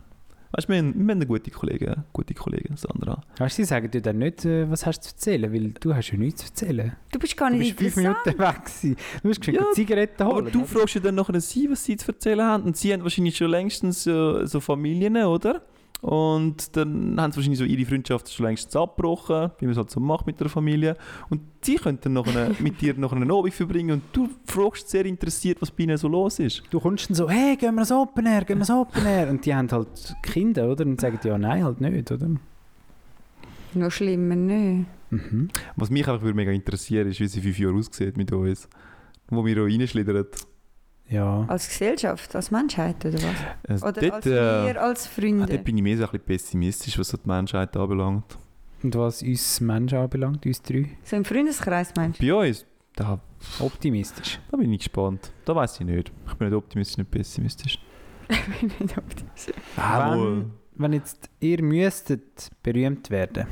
D: Weißt du, wir, haben- wir haben eine gute Kollegin, gute Kollegin, Sandra.
C: Weißt du, sie sagen dir dann nicht, äh, was hast du zu erzählen, weil du hast ja nichts zu erzählen.
E: du bist gar
C: Du
E: nicht
C: bist fünf
E: interessant.
C: Minuten weg gewesen. Du hast geschwind
D: Ja,
C: eine Zigarette
D: Aber
C: holen.
D: du fragst ja dann nachher sie, was sie zu erzählen haben. Und sie haben wahrscheinlich schon längstens äh, so, so Familien, oder? Und dann haben sie wahrscheinlich so ihre Freundschaft schon längstens abgebrochen, wie man es halt so macht mit der Familie. Und sie könnten nachher mit dir nachher einen Abend verbringen und du fragst sehr interessiert, was bei ihnen so los ist.
C: Du kommst dann so, hey, gehen wir ins Open Air, gehen wir ins Open Air. Und die haben halt Kinder, oder? Und sagen, ja, nein, halt nicht, oder?
E: Noch schlimmer, ne? nicht.
C: Mhm.
D: Was mich einfach würde mega interessieren, ist, wie sie fünf Jahre aussieht mit uns. Wo wir auch reinschlittern.
C: Ja.
E: Als Gesellschaft, als Menschheit oder was?
D: Also
E: Oder als
D: äh,
E: wir, als
D: ah,
E: Freunde.
D: dort bin ich mehr so ein bisschen pessimistisch, was so die Menschheit anbelangt.
C: Und was uns Menschen anbelangt, uns drei,
E: So im Freundeskreis meinst
D: Bei uns, da
C: optimistisch.
D: Da bin ich gespannt. Da weiß ich nicht. Ich bin nicht optimistisch, nicht pessimistisch.
E: du? Nicht optimistisch.
D: wohl.
C: Wenn, wenn jetzt ihr müsstet berühmt werden,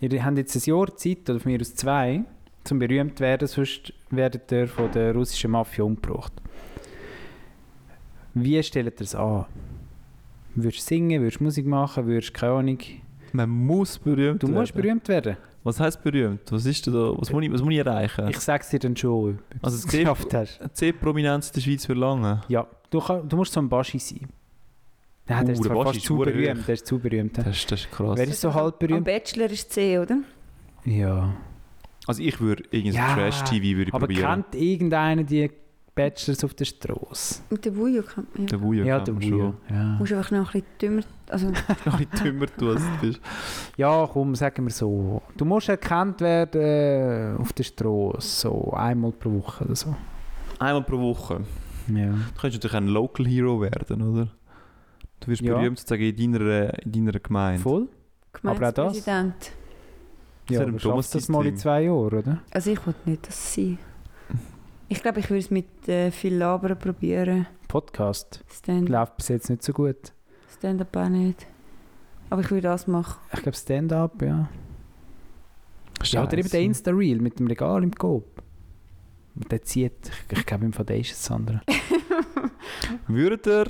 C: ihr habt jetzt ein Jahr Zeit, oder von mir aus zwei, zum berühmt werden, sonst werdet ihr von der russischen Mafia umgebracht. Wie stellt ihr es an? Würdest du singen, würdest du Musik machen, würdest keine Ahnung.
D: Man muss berühmt
C: Du musst
D: werden.
C: berühmt werden.
D: Was heißt berühmt? Was ist denn da? Was muss ich, was muss ich erreichen?
C: Ich sag's dir dann schon, ob du
D: Also
C: es
D: es gibt-
C: geschafft hast.
D: C-Prominenz in der Schweiz für lange.
C: Ja, du, kann, du musst so ein Baschi sein. Nein,
D: Uh,
C: der ist
D: der
C: zwar
D: Baschi
C: fast
D: ist
C: zu
D: verdammt
C: berühmt,
D: hoch.
C: der ist zu berühmt.
D: Das, ist- das ist krass.
C: Wer ist so halb
E: Am
C: berühmt?
E: Bachelor ist C, oder?
C: Ja.
D: Also ich würde irgendein
C: Ja,
D: Trash-TV würde ich
C: Aber
D: probieren.
C: kennt irgendeiner die Bachelors auf der Straße.
E: Mit der Wujo kann man. Ja.
D: Der Wujo
C: Ja,
D: kennt
C: der
D: man
C: Wujo. Ja.
E: Musst einfach noch ein bisschen dümmer. Also,
D: schon. Ein bisschen dümmer du als du bist.
C: ja, komm, sagen wir so. Du musst erkannt werden äh, auf der Straße, so einmal pro Woche oder so.
D: Einmal pro Woche.
C: Ja.
D: Du könntest natürlich ein Local Hero werden, oder? Du wirst
C: Ja.
D: berühmt sozusagen in deiner, in deiner Gemeinde.
C: Voll? Aber auch das?
E: Gemeindepräsident.
D: Ja,
C: Ja,
D: im
C: aber schaffst du das mal in
D: Thomas-System.
C: zwei Jahren, oder?
E: Also ich wollte nicht das sein. Ich glaube, ich würde es mit äh, viel Labern probieren.
C: Podcast.
E: Stand-
C: Läuft bis jetzt nicht so gut.
E: Stand-up auch nicht. Aber ich würde das machen.
C: Ich glaube Stand-up, ja. Ja, oder eben der
D: Scheisse.
C: Insta-Reel mit dem Regal im Coop. Der zieht, ich, ich glaube, im Fall der ist das andere.
D: Würde er,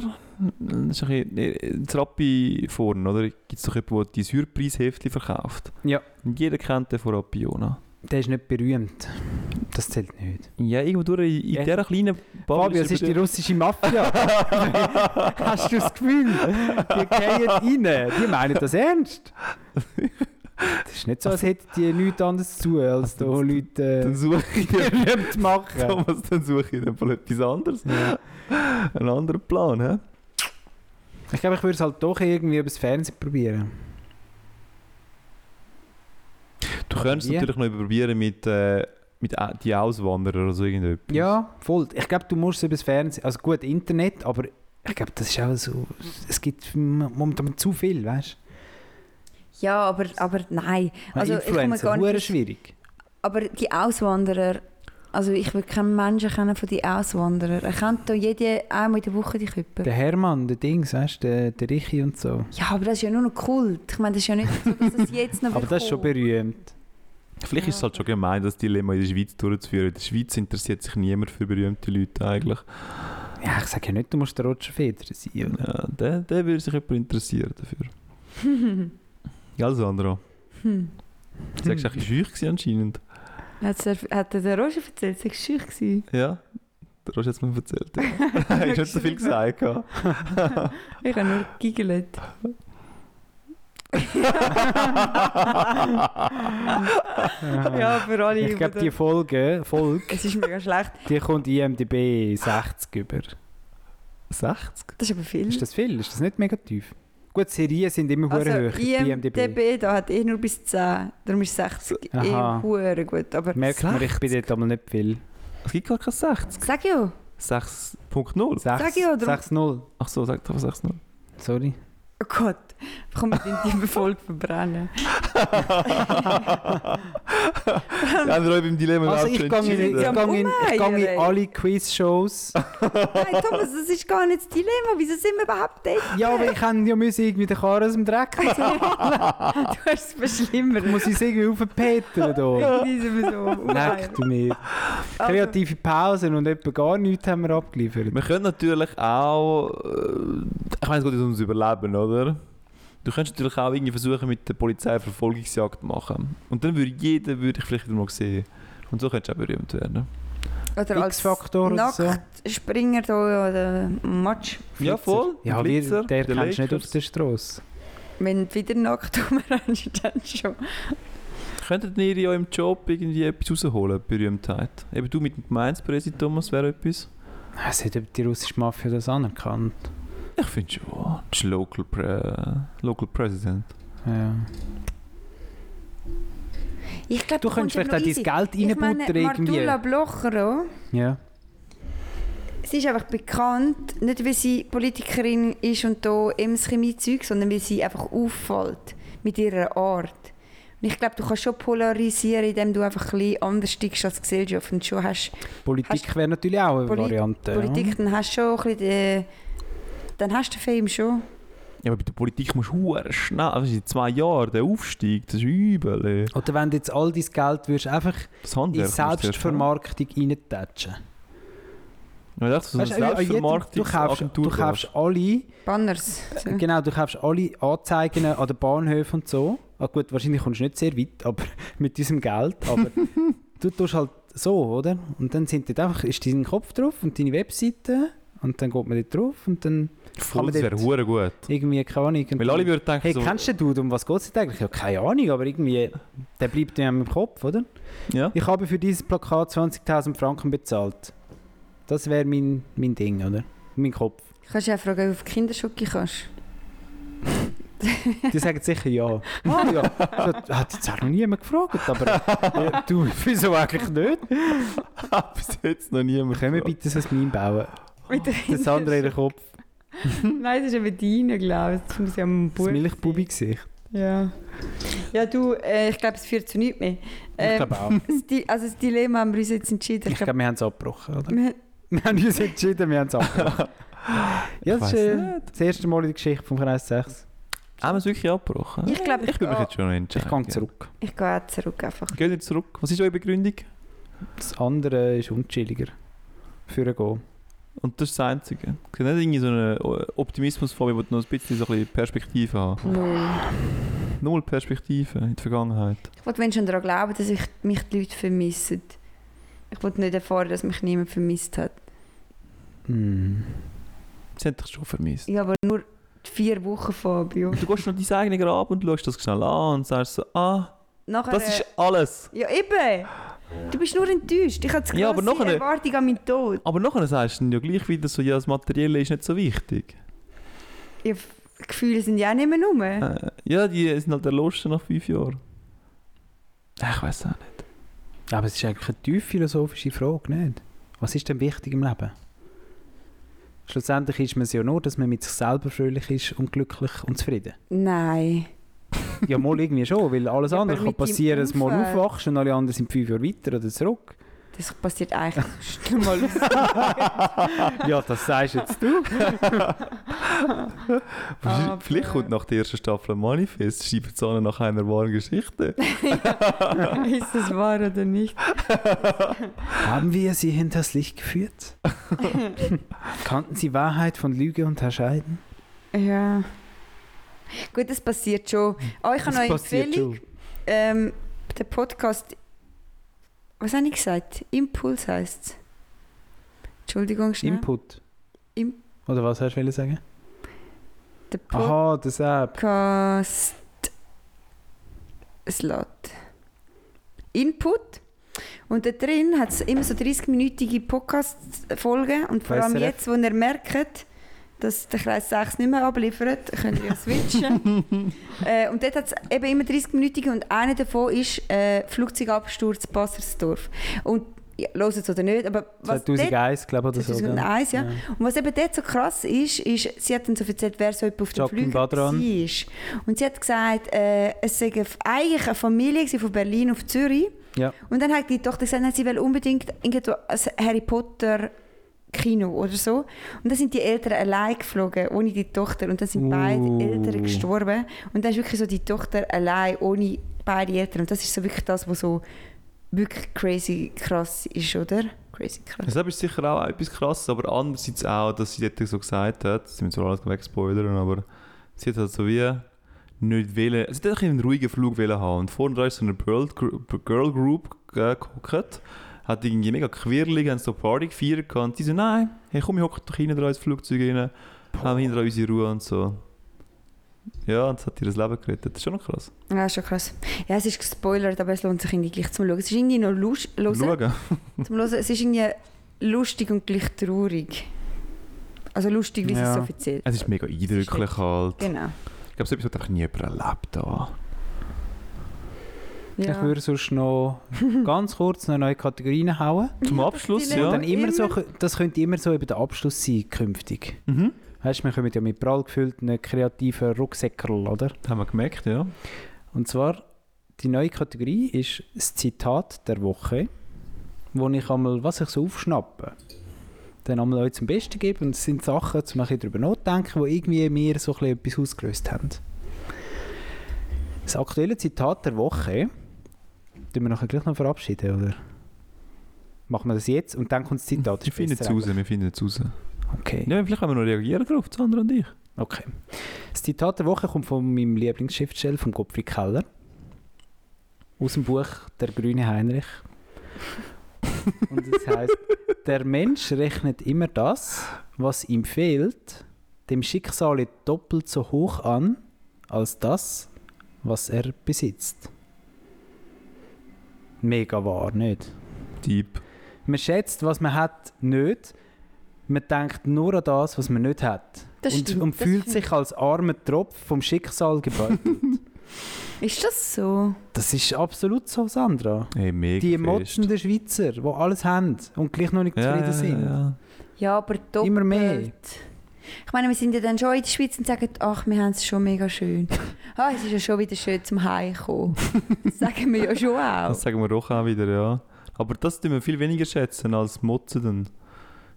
D: das ist ein bisschen äh, das Rappi vorne, oder? Gibt es doch jemanden, der die Surpreishäftchen verkauft?
C: Ja.
D: Und jeder kennt den von Appiona.
C: Der ist nicht berühmt. Das zählt nicht.
D: Ja, irgendwo durch in, in
C: Ja.
D: dieser kleinen
C: Fabio, es ist die russische Mafia. Hast du das Gefühl? Die gehen rein. Die meinen das ernst. Das ist nicht so, als hätten die nichts anderes zu, tun, als da
D: Also, Dann
C: Leute
D: suche ich
C: äh, berühmt machen.
D: Thomas, dann suche ich dann mal etwas anderes.
C: Ja.
D: Einen anderen Plan, hä?
C: Ich glaube, ich würde es halt doch irgendwie übers Fernsehen probieren.
D: Du könntest
C: Wie?
D: natürlich noch probieren mit, äh, mit Au- die Auswanderer oder so irgendetwas.
C: Ja, voll. Ich glaube, du musst es über das Fernsehen, also gut, Internet, aber ich glaube, das ist auch so, es gibt m- momentan zu viel, weißt
E: Ja, aber, aber nein.
C: du?
E: Also, ich komme gar nicht-
C: hure schwierig.
E: Aber die Auswanderer, also ich würde keinen Menschen kennen von den Auswanderern. Er kennt hier jede einmal in der Woche die Köpfe.
C: Der Hermann, der Dings, weißt du, der, der Richi und so.
E: Ja, aber das ist ja nur noch Kult. Ich meine, das ist ja nicht so, dass das jetzt noch
C: Aber
E: wird
C: das ist schon
E: kommen.
C: berühmt.
D: Vielleicht ist es halt schon gemein, das Dilemma in der Schweiz durchzuführen. In der Schweiz interessiert sich niemand für berühmte Leute eigentlich.
C: Ja, ich sage ja nicht, du musst der Roger Federer sein. Oder?
D: Ja, der, der würde sich jemand interessieren dafür. Gell, Sandra?
E: Hm.
D: Du sagst, du warst ein bisschen schüch gewesen anscheinend.
E: Hat's der- Hat der, der Roger erzählt, dass ich schüch war?
D: Ja? Du hast jetzt mal erzählt. Ja. ich nicht so viel gesagt. gehabt.
E: Ich habe nur giggelt. ja, für alle.
C: Ich glaube,
E: die
C: die Folge, Folge,
E: Es ist mega schlecht.
C: die kommt IMDb 60 über.
D: 60?
E: Das ist aber viel.
C: Ist das viel? Ist das nicht mega tief? Gut, Serien sind immer hure hoch, IMDb.
E: Also, IMDB, da hat eh nur bis 10. Darum ist 60
C: Aha.
E: eh hure gut. Aber
C: Merkt man, ich bin dort einmal nicht viel.
D: Es gibt gar kein 60.
E: sag ja,
D: 6.0.
C: Sechs-
E: Sag ich ja, darum-
C: 6-0,
D: Ach so, sagt doch 6.0.
C: sorry.
E: oh Gott, ich kann mit intimen Folge verbrennen.
D: Ja, wir haben euch beim Dilemma
C: Also
D: auch
C: ich
D: schon
C: gehe in,
D: entschieden.
C: ich gehe in, ich gehe in
E: Umeiern.
C: alle Quiz-Shows.
E: Nein, Thomas, das ist gar nicht das Dilemma. Wieso sind wir überhaupt dort? also,
C: Ja, aber ich habe ja müssen irgendwie den Karren aus dem Dreck ziehen.
E: Du hast es
C: Ich
E: verschlimmert.
C: muss es irgendwie aufpetern hier.
E: In diesem so.
C: Leck
E: umeiern.
C: du mir.
E: Also.
C: Kreative Pausen und etwa gar nichts haben wir abgeliefert.
D: Wir können natürlich auch. äh, Ich meine, es geht jetzt ums Überleben, oder? Du könntest natürlich auch irgendwie versuchen, mit der Polizei eine Verfolgungsjagd zu machen. Und dann würde jeder würde ich vielleicht wieder mal sehen. Und so könntest du auch berühmt werden.
E: Oder als
C: X-Faktor oder so.
E: Nacktspringer da oder Matsch.
D: Ja, voll.
C: Ja,
D: Ein
C: wir,
D: Blitzer,
C: der
D: die
C: kennst du nicht
D: Lakers.
C: auf der Straße.
E: Wenn du wieder nackt rumrennst, dann schon.
D: Könntet ihr ja im Job irgendwie etwas rausholen, Berühmtheit? Eben du mit dem Gemeindepräsident, Thomas, wäre etwas.
C: Es hat die russische Mafia das anerkannt.
D: Ich finde schon, das ist Local, Pre Local President.
C: Ja.
E: Ich glaube,
C: Du könntest vielleicht auch dein Geld
E: Ich meine,
C: reinbuttern irgendwie.
E: Martula Blocher, auch.
C: Ja.
E: sie ist einfach bekannt, nicht weil sie Politikerin ist und da ins Chemiezeug, sondern weil sie einfach auffällt mit ihrer Art. Und ich glaube, du kannst schon polarisieren, indem du einfach ein bisschen anders steigst als die Gesellschaft und schon hast
C: Politik wäre natürlich auch eine
E: Poli-
C: Variante. ja.
E: Politik, dann hast du schon ein bisschen den, dann hast du den Fame schon.
D: Ja, aber bei der Politik musst du huere schnell, also in zwei Jahren, der Aufstieg, das ist übel. ey.
C: Oder wenn du jetzt all dein Geld würdest, einfach
D: Das
C: in
D: Handwerk musst du erst haben.
C: Selbstvermarktung reintatschen.
D: Ja, das ist so eine
C: Weißt du, an jedem- du kaufst,
D: Selbstvermarktungsagentur.
C: du kaufst alle,
E: Banners. So.
C: genau, du kaufst alle Anzeigen an den Bahnhöfen und so. Ah, gut, wahrscheinlich kommst du nicht sehr weit, aber mit diesem Geld. Aber du tust halt so, oder? Und dann sind dort einfach, ist dein Kopf drauf und deine Webseite und dann geht man dort drauf und dann
D: Voll,
C: man
D: das wäre
C: dort-
D: hure gut.
C: irgendwie keine Ahnung. und
D: Weil alle
C: dann-
D: würden denken,
C: Hey,
D: so,
C: kennst du den Dude? Um was geht es eigentlich? Ja, keine Ahnung, aber irgendwie, der bleibt einem im Kopf, oder?
D: ja?
C: Ich habe für dieses Plakat 20.000 Franken bezahlt. Das wäre mein, mein Ding, oder? Mein Kopf.
E: Kannst du ja fragen, ob du auf Kinderschucki kannst.
C: Die sagen sicher ja. Ah, ja. Das hat jetzt auch noch niemand gefragt, aber ja, du, wieso eigentlich nicht?
D: Bis jetzt noch niemand.
C: Können wir bitte so ein Meme bauen?
E: Mit der
C: Das andere in den Kopf.
E: Nein, das ist eben deiner, glaube ich. Das muss ja am
C: Das
E: Buch.
C: Milchbubi-Gesicht.
E: Ja. Ja, du, äh, ich glaube, es führt zu nichts mehr.
C: Ich
E: Ähm,
C: glaube auch.
E: das Di- also das Dilemma haben wir uns jetzt entschieden.
C: Ich
E: Ich glaube,
C: glaube, wir haben es abgebrochen, oder?
E: wir-
C: Wir haben uns entschieden, wir haben es abgebrochen. ja,
D: Ich
C: das ist
D: weiss
C: äh, das erste Mal in der Geschichte vom Kreis 6.
D: Haben wir es wirklich abgebrochen?
E: ich glaube, ich
D: Ich bin mich
E: gehe
D: jetzt schon noch
C: Ich
D: entschieden.
C: gehe zurück.
E: ich gehe auch zurück einfach.
D: Geht ihr zurück? Was ist eure Begründung?
C: Das andere ist unchilliger. Für ein Go.
D: Und das ist das Einzige. Es gibt nicht irgendwie so eine äh, Optimismusphobie, wo du noch ein bisschen, so ein bisschen Perspektive haben.
E: Null.
D: Null Perspektive in der Vergangenheit.
E: Ich will wenn schon daran glauben, dass ich, mich die Leute vermissen. Ich will nicht erfahren, dass mich niemand vermisst hat.
C: Hm.
D: Sie hat dich schon vermisst.
E: Ja, aber nur die vier Wochen, Fabio.
D: Du gehst noch dein eigene Grab und schaust das schnell an und sagst so, ah,
E: Nachher,
D: das ist
E: äh,
D: alles.
E: ja, eben! Du bist nur enttäuscht. Ich hatte grosse
D: Ja, aber nachher-
E: Erwartung an meinen Tod.
D: Aber nachher sagst du dann ja gleich wieder so, ja, das Materielle ist nicht so wichtig.
E: Ja, F- Gefühle sind ja auch nicht mehr rum.
D: Äh, ja, die sind halt erloschen nach fünf Jahren. Äh, Ich weiß auch nicht.
C: Aber es ist eigentlich eine tief philosophische Frage, nicht? Was ist denn wichtig im Leben? Schlussendlich ist man es ja nur, dass man mit sich selber fröhlich ist und glücklich und zufrieden.
E: Nein.
C: Ja, mal irgendwie schon, weil alles
E: Ja, aber
C: andere kann
E: mit deinem
C: passieren, dass du mal
E: Umfeld.
C: aufwachst und alle anderen sind fünf Jahre weiter oder zurück.
E: Das passiert eigentlich schon mal.
C: ja, das sagst jetzt du.
E: Aber-
D: Vielleicht kommt nach der ersten Staffel ein Manifest, schreibt es an nach einer wahren Geschichte.
E: ist das wahr oder nicht?
C: Haben wir sie hinters Licht geführt? Kannten sie Wahrheit von Lüge unterscheiden?
E: Ja. Gut, das passiert schon. Oh, ich habe noch eine Empfehlung. Ähm, der Podcast. Was habe ich gesagt? Impuls heisst es. Entschuldigung, schnell.
C: Input.
E: Im-
C: Oder was hast du wollen sagen?
E: der Podcast.
C: Aha, das äh, App.
E: Slot. Input. Und da drin hat es immer so 30-minütige Podcast-Folgen. Und vor
C: Auf
E: allem
C: SRF.
E: jetzt, wo ihr merkt, dass der Kreis 6 nicht mehr abliefert, könnt ihr ja switchen. äh, und dort hat es eben immer 30-minütige und einer davon ist äh, Flugzeugabsturz Bassersdorf. Und ja, hört es oder nicht, aber was dort
C: 2001, glaube ich, oder so. gell?
E: 2001, ja. Und was eben dort so krass ist, ist, sie hat dann so erzählt, wer so jemand auf dem
C: Jacqueline
E: Flüger
C: Badran.
E: war. Und sie hat gesagt, äh, es sei f- eigentlich eine Familie gewesen von Berlin auf Zürich.
C: Ja.
E: Und dann hat die Tochter gesagt, nein, sie will unbedingt irgendwo ein Harry Potter Kino oder so. Und dann sind die Eltern allein geflogen, ohne die Tochter. Und dann sind
C: Uh.
E: beide Eltern gestorben. Und dann ist wirklich so die Tochter allein, ohne beide Eltern. Und das ist so wirklich das, was so wirklich crazy krass ist, oder? Crazy krass.
D: Deshalb ist sicher auch etwas krass, aber andererseits auch, dass sie dort so gesagt hat, sie müssen zwar alles wegspoilern, aber sie hat halt so wie nicht wollen, sie hat eigentlich einen ruhigen Flug wollen haben und vorne dran ist so eine Girl, Girl Group äh, gehockt, hat irgendwie mega quirlig, haben so Party gefeiert gehabt und sie so, nein, hey komm, wir hocken doch hinten dran ins Flugzeug rein, haben hinten dran unsere Ruhe und so. Ja, und das hat ihr das Leben gerettet, das ist schon noch krass.
E: Ja, ist schon krass. Ja, es ist gespoilert, aber es lohnt sich irgendwie gleich zum Schauen. Es ist irgendwie noch lust hören,
D: Schauen.
E: zum Hören. Es ist irgendwie lustig und gleich traurig. Also lustig, wie sie
C: Ja.
E: es so erzählt.
D: Es ist mega eindrücklich halt.
E: Genau.
D: Ich glaube, so etwas hat eigentlich niemand erlebt da.
C: Ich
E: Ja.
C: würde sonst noch ganz kurz noch eine neue Kategorie reinhauen.
D: Zum Abschluss,
E: Ja.
C: Und
D: ja.
C: dann immer so, das könnte immer so über den Abschluss sein, künftig.
D: Mhm.
C: Weißt du, wir kommen ja mit prall gefüllten kreativen Rucksäckerl, oder?
D: Das haben wir gemerkt, ja.
C: Und zwar, die neue Kategorie ist das Zitat der Woche, wo ich einmal, was ich so aufschnappe, dann einmal euch zum Besten gebe. Und es sind Sachen, zum ein bisschen darüber nachdenken, wo irgendwie mir so ein bisschen etwas ausgelöst haben. Das aktuelle Zitat der Woche, tun wir nachher gleich noch verabschieden, oder? Machen wir das jetzt und dann kommt das Zitat.
D: Wir
C: ist
D: finden es
C: besser
D: raus, wir finden es raus.
C: eigentlich. Okay.
D: Ja, vielleicht können wir noch reagieren drauf, Sandra und ich.
C: Okay. Das Zitat der Woche kommt von meinem Lieblingsschriftsteller, von Gottfried Keller. Aus dem Buch Der grüne Heinrich. Und es heißt: Der Mensch rechnet immer das, was ihm fehlt, dem Schicksale doppelt so hoch an, als das, was er besitzt. Mega wahr, nicht?
D: Deep.
C: Man schätzt, was man hat, nicht. Man denkt nur an das, was man nicht hat.
E: Das
C: und
E: stimmt,
C: und
E: das
C: fühlt
E: stimmt.
C: sich als armer Tropf vom Schicksal gebeutelt.
E: Ist das so?
C: das ist absolut so, Sandra.
D: Hey, mega
C: Die
D: fest.
C: emotionalen Schweizer, die alles haben und gleich noch nicht
D: ja,
C: zufrieden
D: ja,
C: sind.
D: Ja,
E: Ja, aber doppelt.
C: Immer mehr.
E: Ich meine, wir sind ja dann schon in der Schweiz und sagen, ach, wir haben es schon mega schön. Ah, es ist ja schon wieder schön zum Heimkommen. Das sagen wir ja schon
D: Das
C: Also-
E: auch.
D: sagen wir doch auch wieder, ja. Aber das tun wir viel weniger schätzen als Motzen, dann,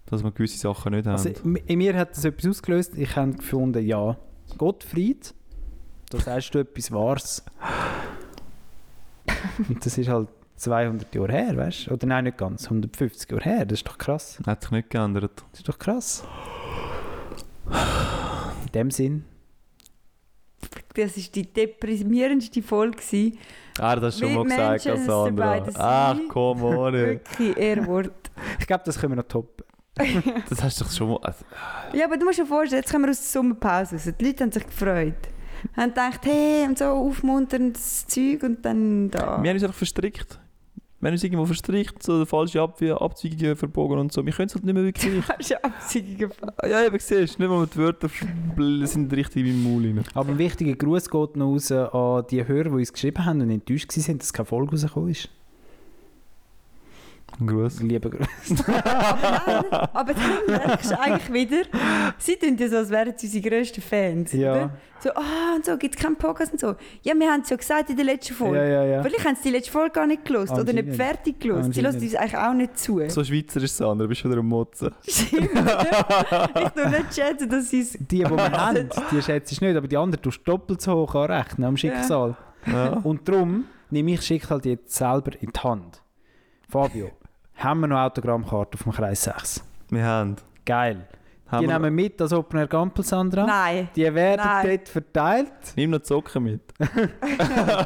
D: dass wir gewisse Sachen nicht haben.
C: Also, m- in mir hat das etwas ausgelöst. Ich habe gefunden, ja, Gottfried, da sagst du etwas Wahres. Und das ist halt 200 Jahre her, weißt du? Oder nein, nicht ganz, 150 Jahre her. Das ist doch krass.
D: Hat sich nicht geändert.
C: Das ist doch krass. In dem Sinn.
E: Das war die deprimierendste Folge. gewesen.
D: Er hat Ah, das schon
E: Wie
D: mal gesagt,
E: Menschen es
D: Cassandra.
E: dabei sind.
D: Ach, komm, ohne.
E: Wirklich Ehrwort.
C: Ich glaube, das können wir noch toppen.
D: Das hast du doch schon mal... Also,
E: Ja, aber du musst dir vorstellen, jetzt kommen wir aus der Sommerpause raus. Die Leute haben sich gefreut. Haben gedacht, hey, und so aufmunterndes Zeug und dann
C: Ah.
E: da.
D: Wir haben uns einfach verstrickt. Wir haben uns irgendwo verstrickt, so falsche Ab Abzweigungen verbogen und so. Wir können es halt nicht mehr wirklich.
E: Du hast ja Abzüge gefahren.
D: Ah, ja, eben siehst du, nicht mal mit Wörtern verbl- sind richtig im Maul rein.
C: Aber ein wichtiger Gruß geht noch raus an die Hörer, die uns geschrieben haben und enttäuscht waren, dass keine Folge rausgekommen ist.
D: Ein Gruß.
C: Lieber Gruß.
E: Nein, aber dann merkst du eigentlich wieder, sie tun ja so, als wären sie unsere grössten Fans.
C: Ja.
E: Oder? So, ah, und so, gibt es keinen Podcast und so. Ja, wir haben es ja gesagt in der letzten
C: ja,
E: Folge.
C: ja, ja.
E: Vielleicht haben sie die letzte Folge gar nicht gelost oder nicht
C: Anscheinend.
E: fertig gelost. Sie hören uns eigentlich auch nicht zu.
D: So Schweizer ist es anders, du bist wieder am Motzen.
E: Stimmt. ich tue nicht schätzen, dass sie es.
C: Die, die wir haben, die schätzt ich nicht, aber die anderen tust du doppelt so hoch anrechnen am Schicksal.
D: Ja.
C: Und darum nehme ich Schicksal halt jetzt selber in die Hand. Fabio, haben wir noch Autogrammkarten vom Kreis 6?
D: Wir haben.
C: Geil.
D: haben
C: die
D: wir
C: nehmen wir mit als Opener Gampel, Sandra.
E: Nein.
C: Die werden
E: Nein.
C: dort verteilt.
D: Nimm noch die Socken mit.
C: Und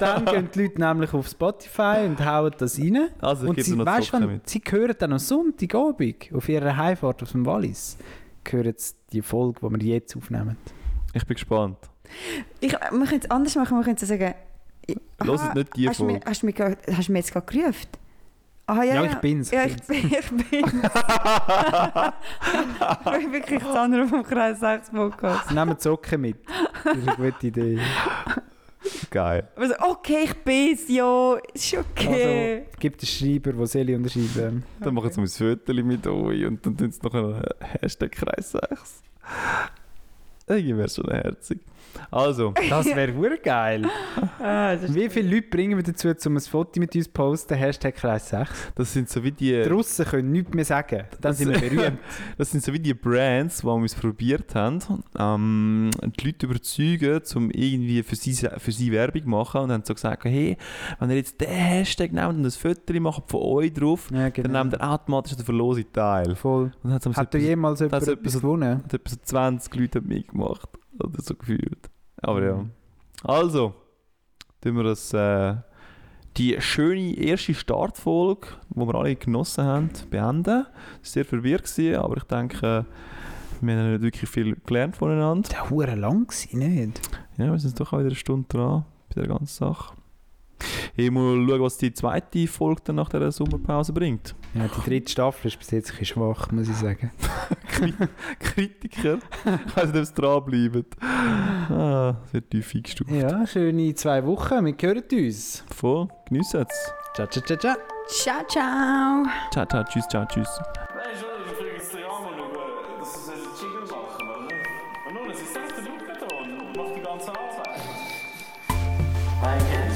C: dann gehen die Leute nämlich auf Spotify und hauen das rein.
D: Also, ich
C: und
D: gebe dir
C: sie,
D: noch die
C: weißt,
D: Socken
C: wenn,
D: mit.
C: sie hören dann am Sonntagabend auf ihrer Heimfahrt aus dem Wallis, hören sie die Folge, die wir jetzt aufnehmen.
D: Ich bin gespannt.
E: Ich, wir können es anders machen, wir können es sagen. ich-
D: Hört
C: Ah,
E: aha,
D: nicht die
E: hast du mir-
D: Folge.
E: Hast du mir gerade- hast du mir jetzt gerade gerufen? Ah, ja,
C: Ja, ich bin's, ich
E: Ja, ich, bin, ich bin's. ich bin wirklich das andere vom Kreis 6 Podcast.
C: Sie nehmen die Socken mit. Das ist eine gute Idee.
D: Geil.
E: Also, okay, ich bin's, ja, ist okay.
C: Also, gibt es Schreiber, die Seli unterschreiben.
D: Dann machen sie mal ein Foto mit euch und dann tun sie noch einen Hashtag Kreis 6. Irgendwie wäre schon herzig. Also,
C: Das wäre urgeil.
E: ah, das ist
C: Wie viele Leute bringen wir dazu, um ein Foto mit uns zu posten? Hashtag Kreis 6.
D: das sind so wie die...
C: Die Russen können nichts mehr sagen. Dann sind wir berühmt.
D: Das sind so wie die Brands, die wir es probiert haben, ähm, die Leute überzeugen, um irgendwie für sie, für sie Werbung zu machen und haben so gesagt, hey, wenn ihr jetzt den Hashtag nehmt und ein Foto macht von euch drauf,
C: Ja,
D: dann nehmt ihr automatisch an der Verlosung teil.
C: Voll.
D: Und dann haben sie
C: Genau. Hat da
D: etwa, so-
C: jemals jemand
D: das ist
C: etwas
D: etwas-
C: gewonnen?
D: hat etwa so 20 Leute mitgemacht. Oder so gefühlt. Aber ja. Also, tun wir das, äh, die schöne erste Startfolge, die wir alle genossen haben, beenden. Es war sehr verwirrt, gewesen, aber ich denke, wir haben nicht wirklich viel gelernt voneinander.
C: Das war hure lang, gewesen, nicht?
D: Ja, wir sind doch auch wieder eine Stunde dran bei der ganzen Sache. Ich muss schauen, was die zweite Folge dann nach dieser Sommerpause bringt.
C: Ja, die dritte Staffel ist bis jetzt ein bisschen schwach, muss ich sagen.
D: Kritiker, ich weiss nicht, ob sie dranbleiben. Ah, es wird tief eingestuft.
C: Ja, schöne zwei Wochen. Wir hören uns.
D: Voll, geniessen es.
C: Ciao, ciao, ciao, ciao.
E: Ciao, ciao.
D: Ciao, ciao, tschüss, ciao, tschüss.
A: Nein, schon, ich bringe es dir an, mal schauen. Das ist ein Jingle machen, oder? Und nun, es ist selbst der Luftbeton und macht die ganze Arbeit.
B: I can't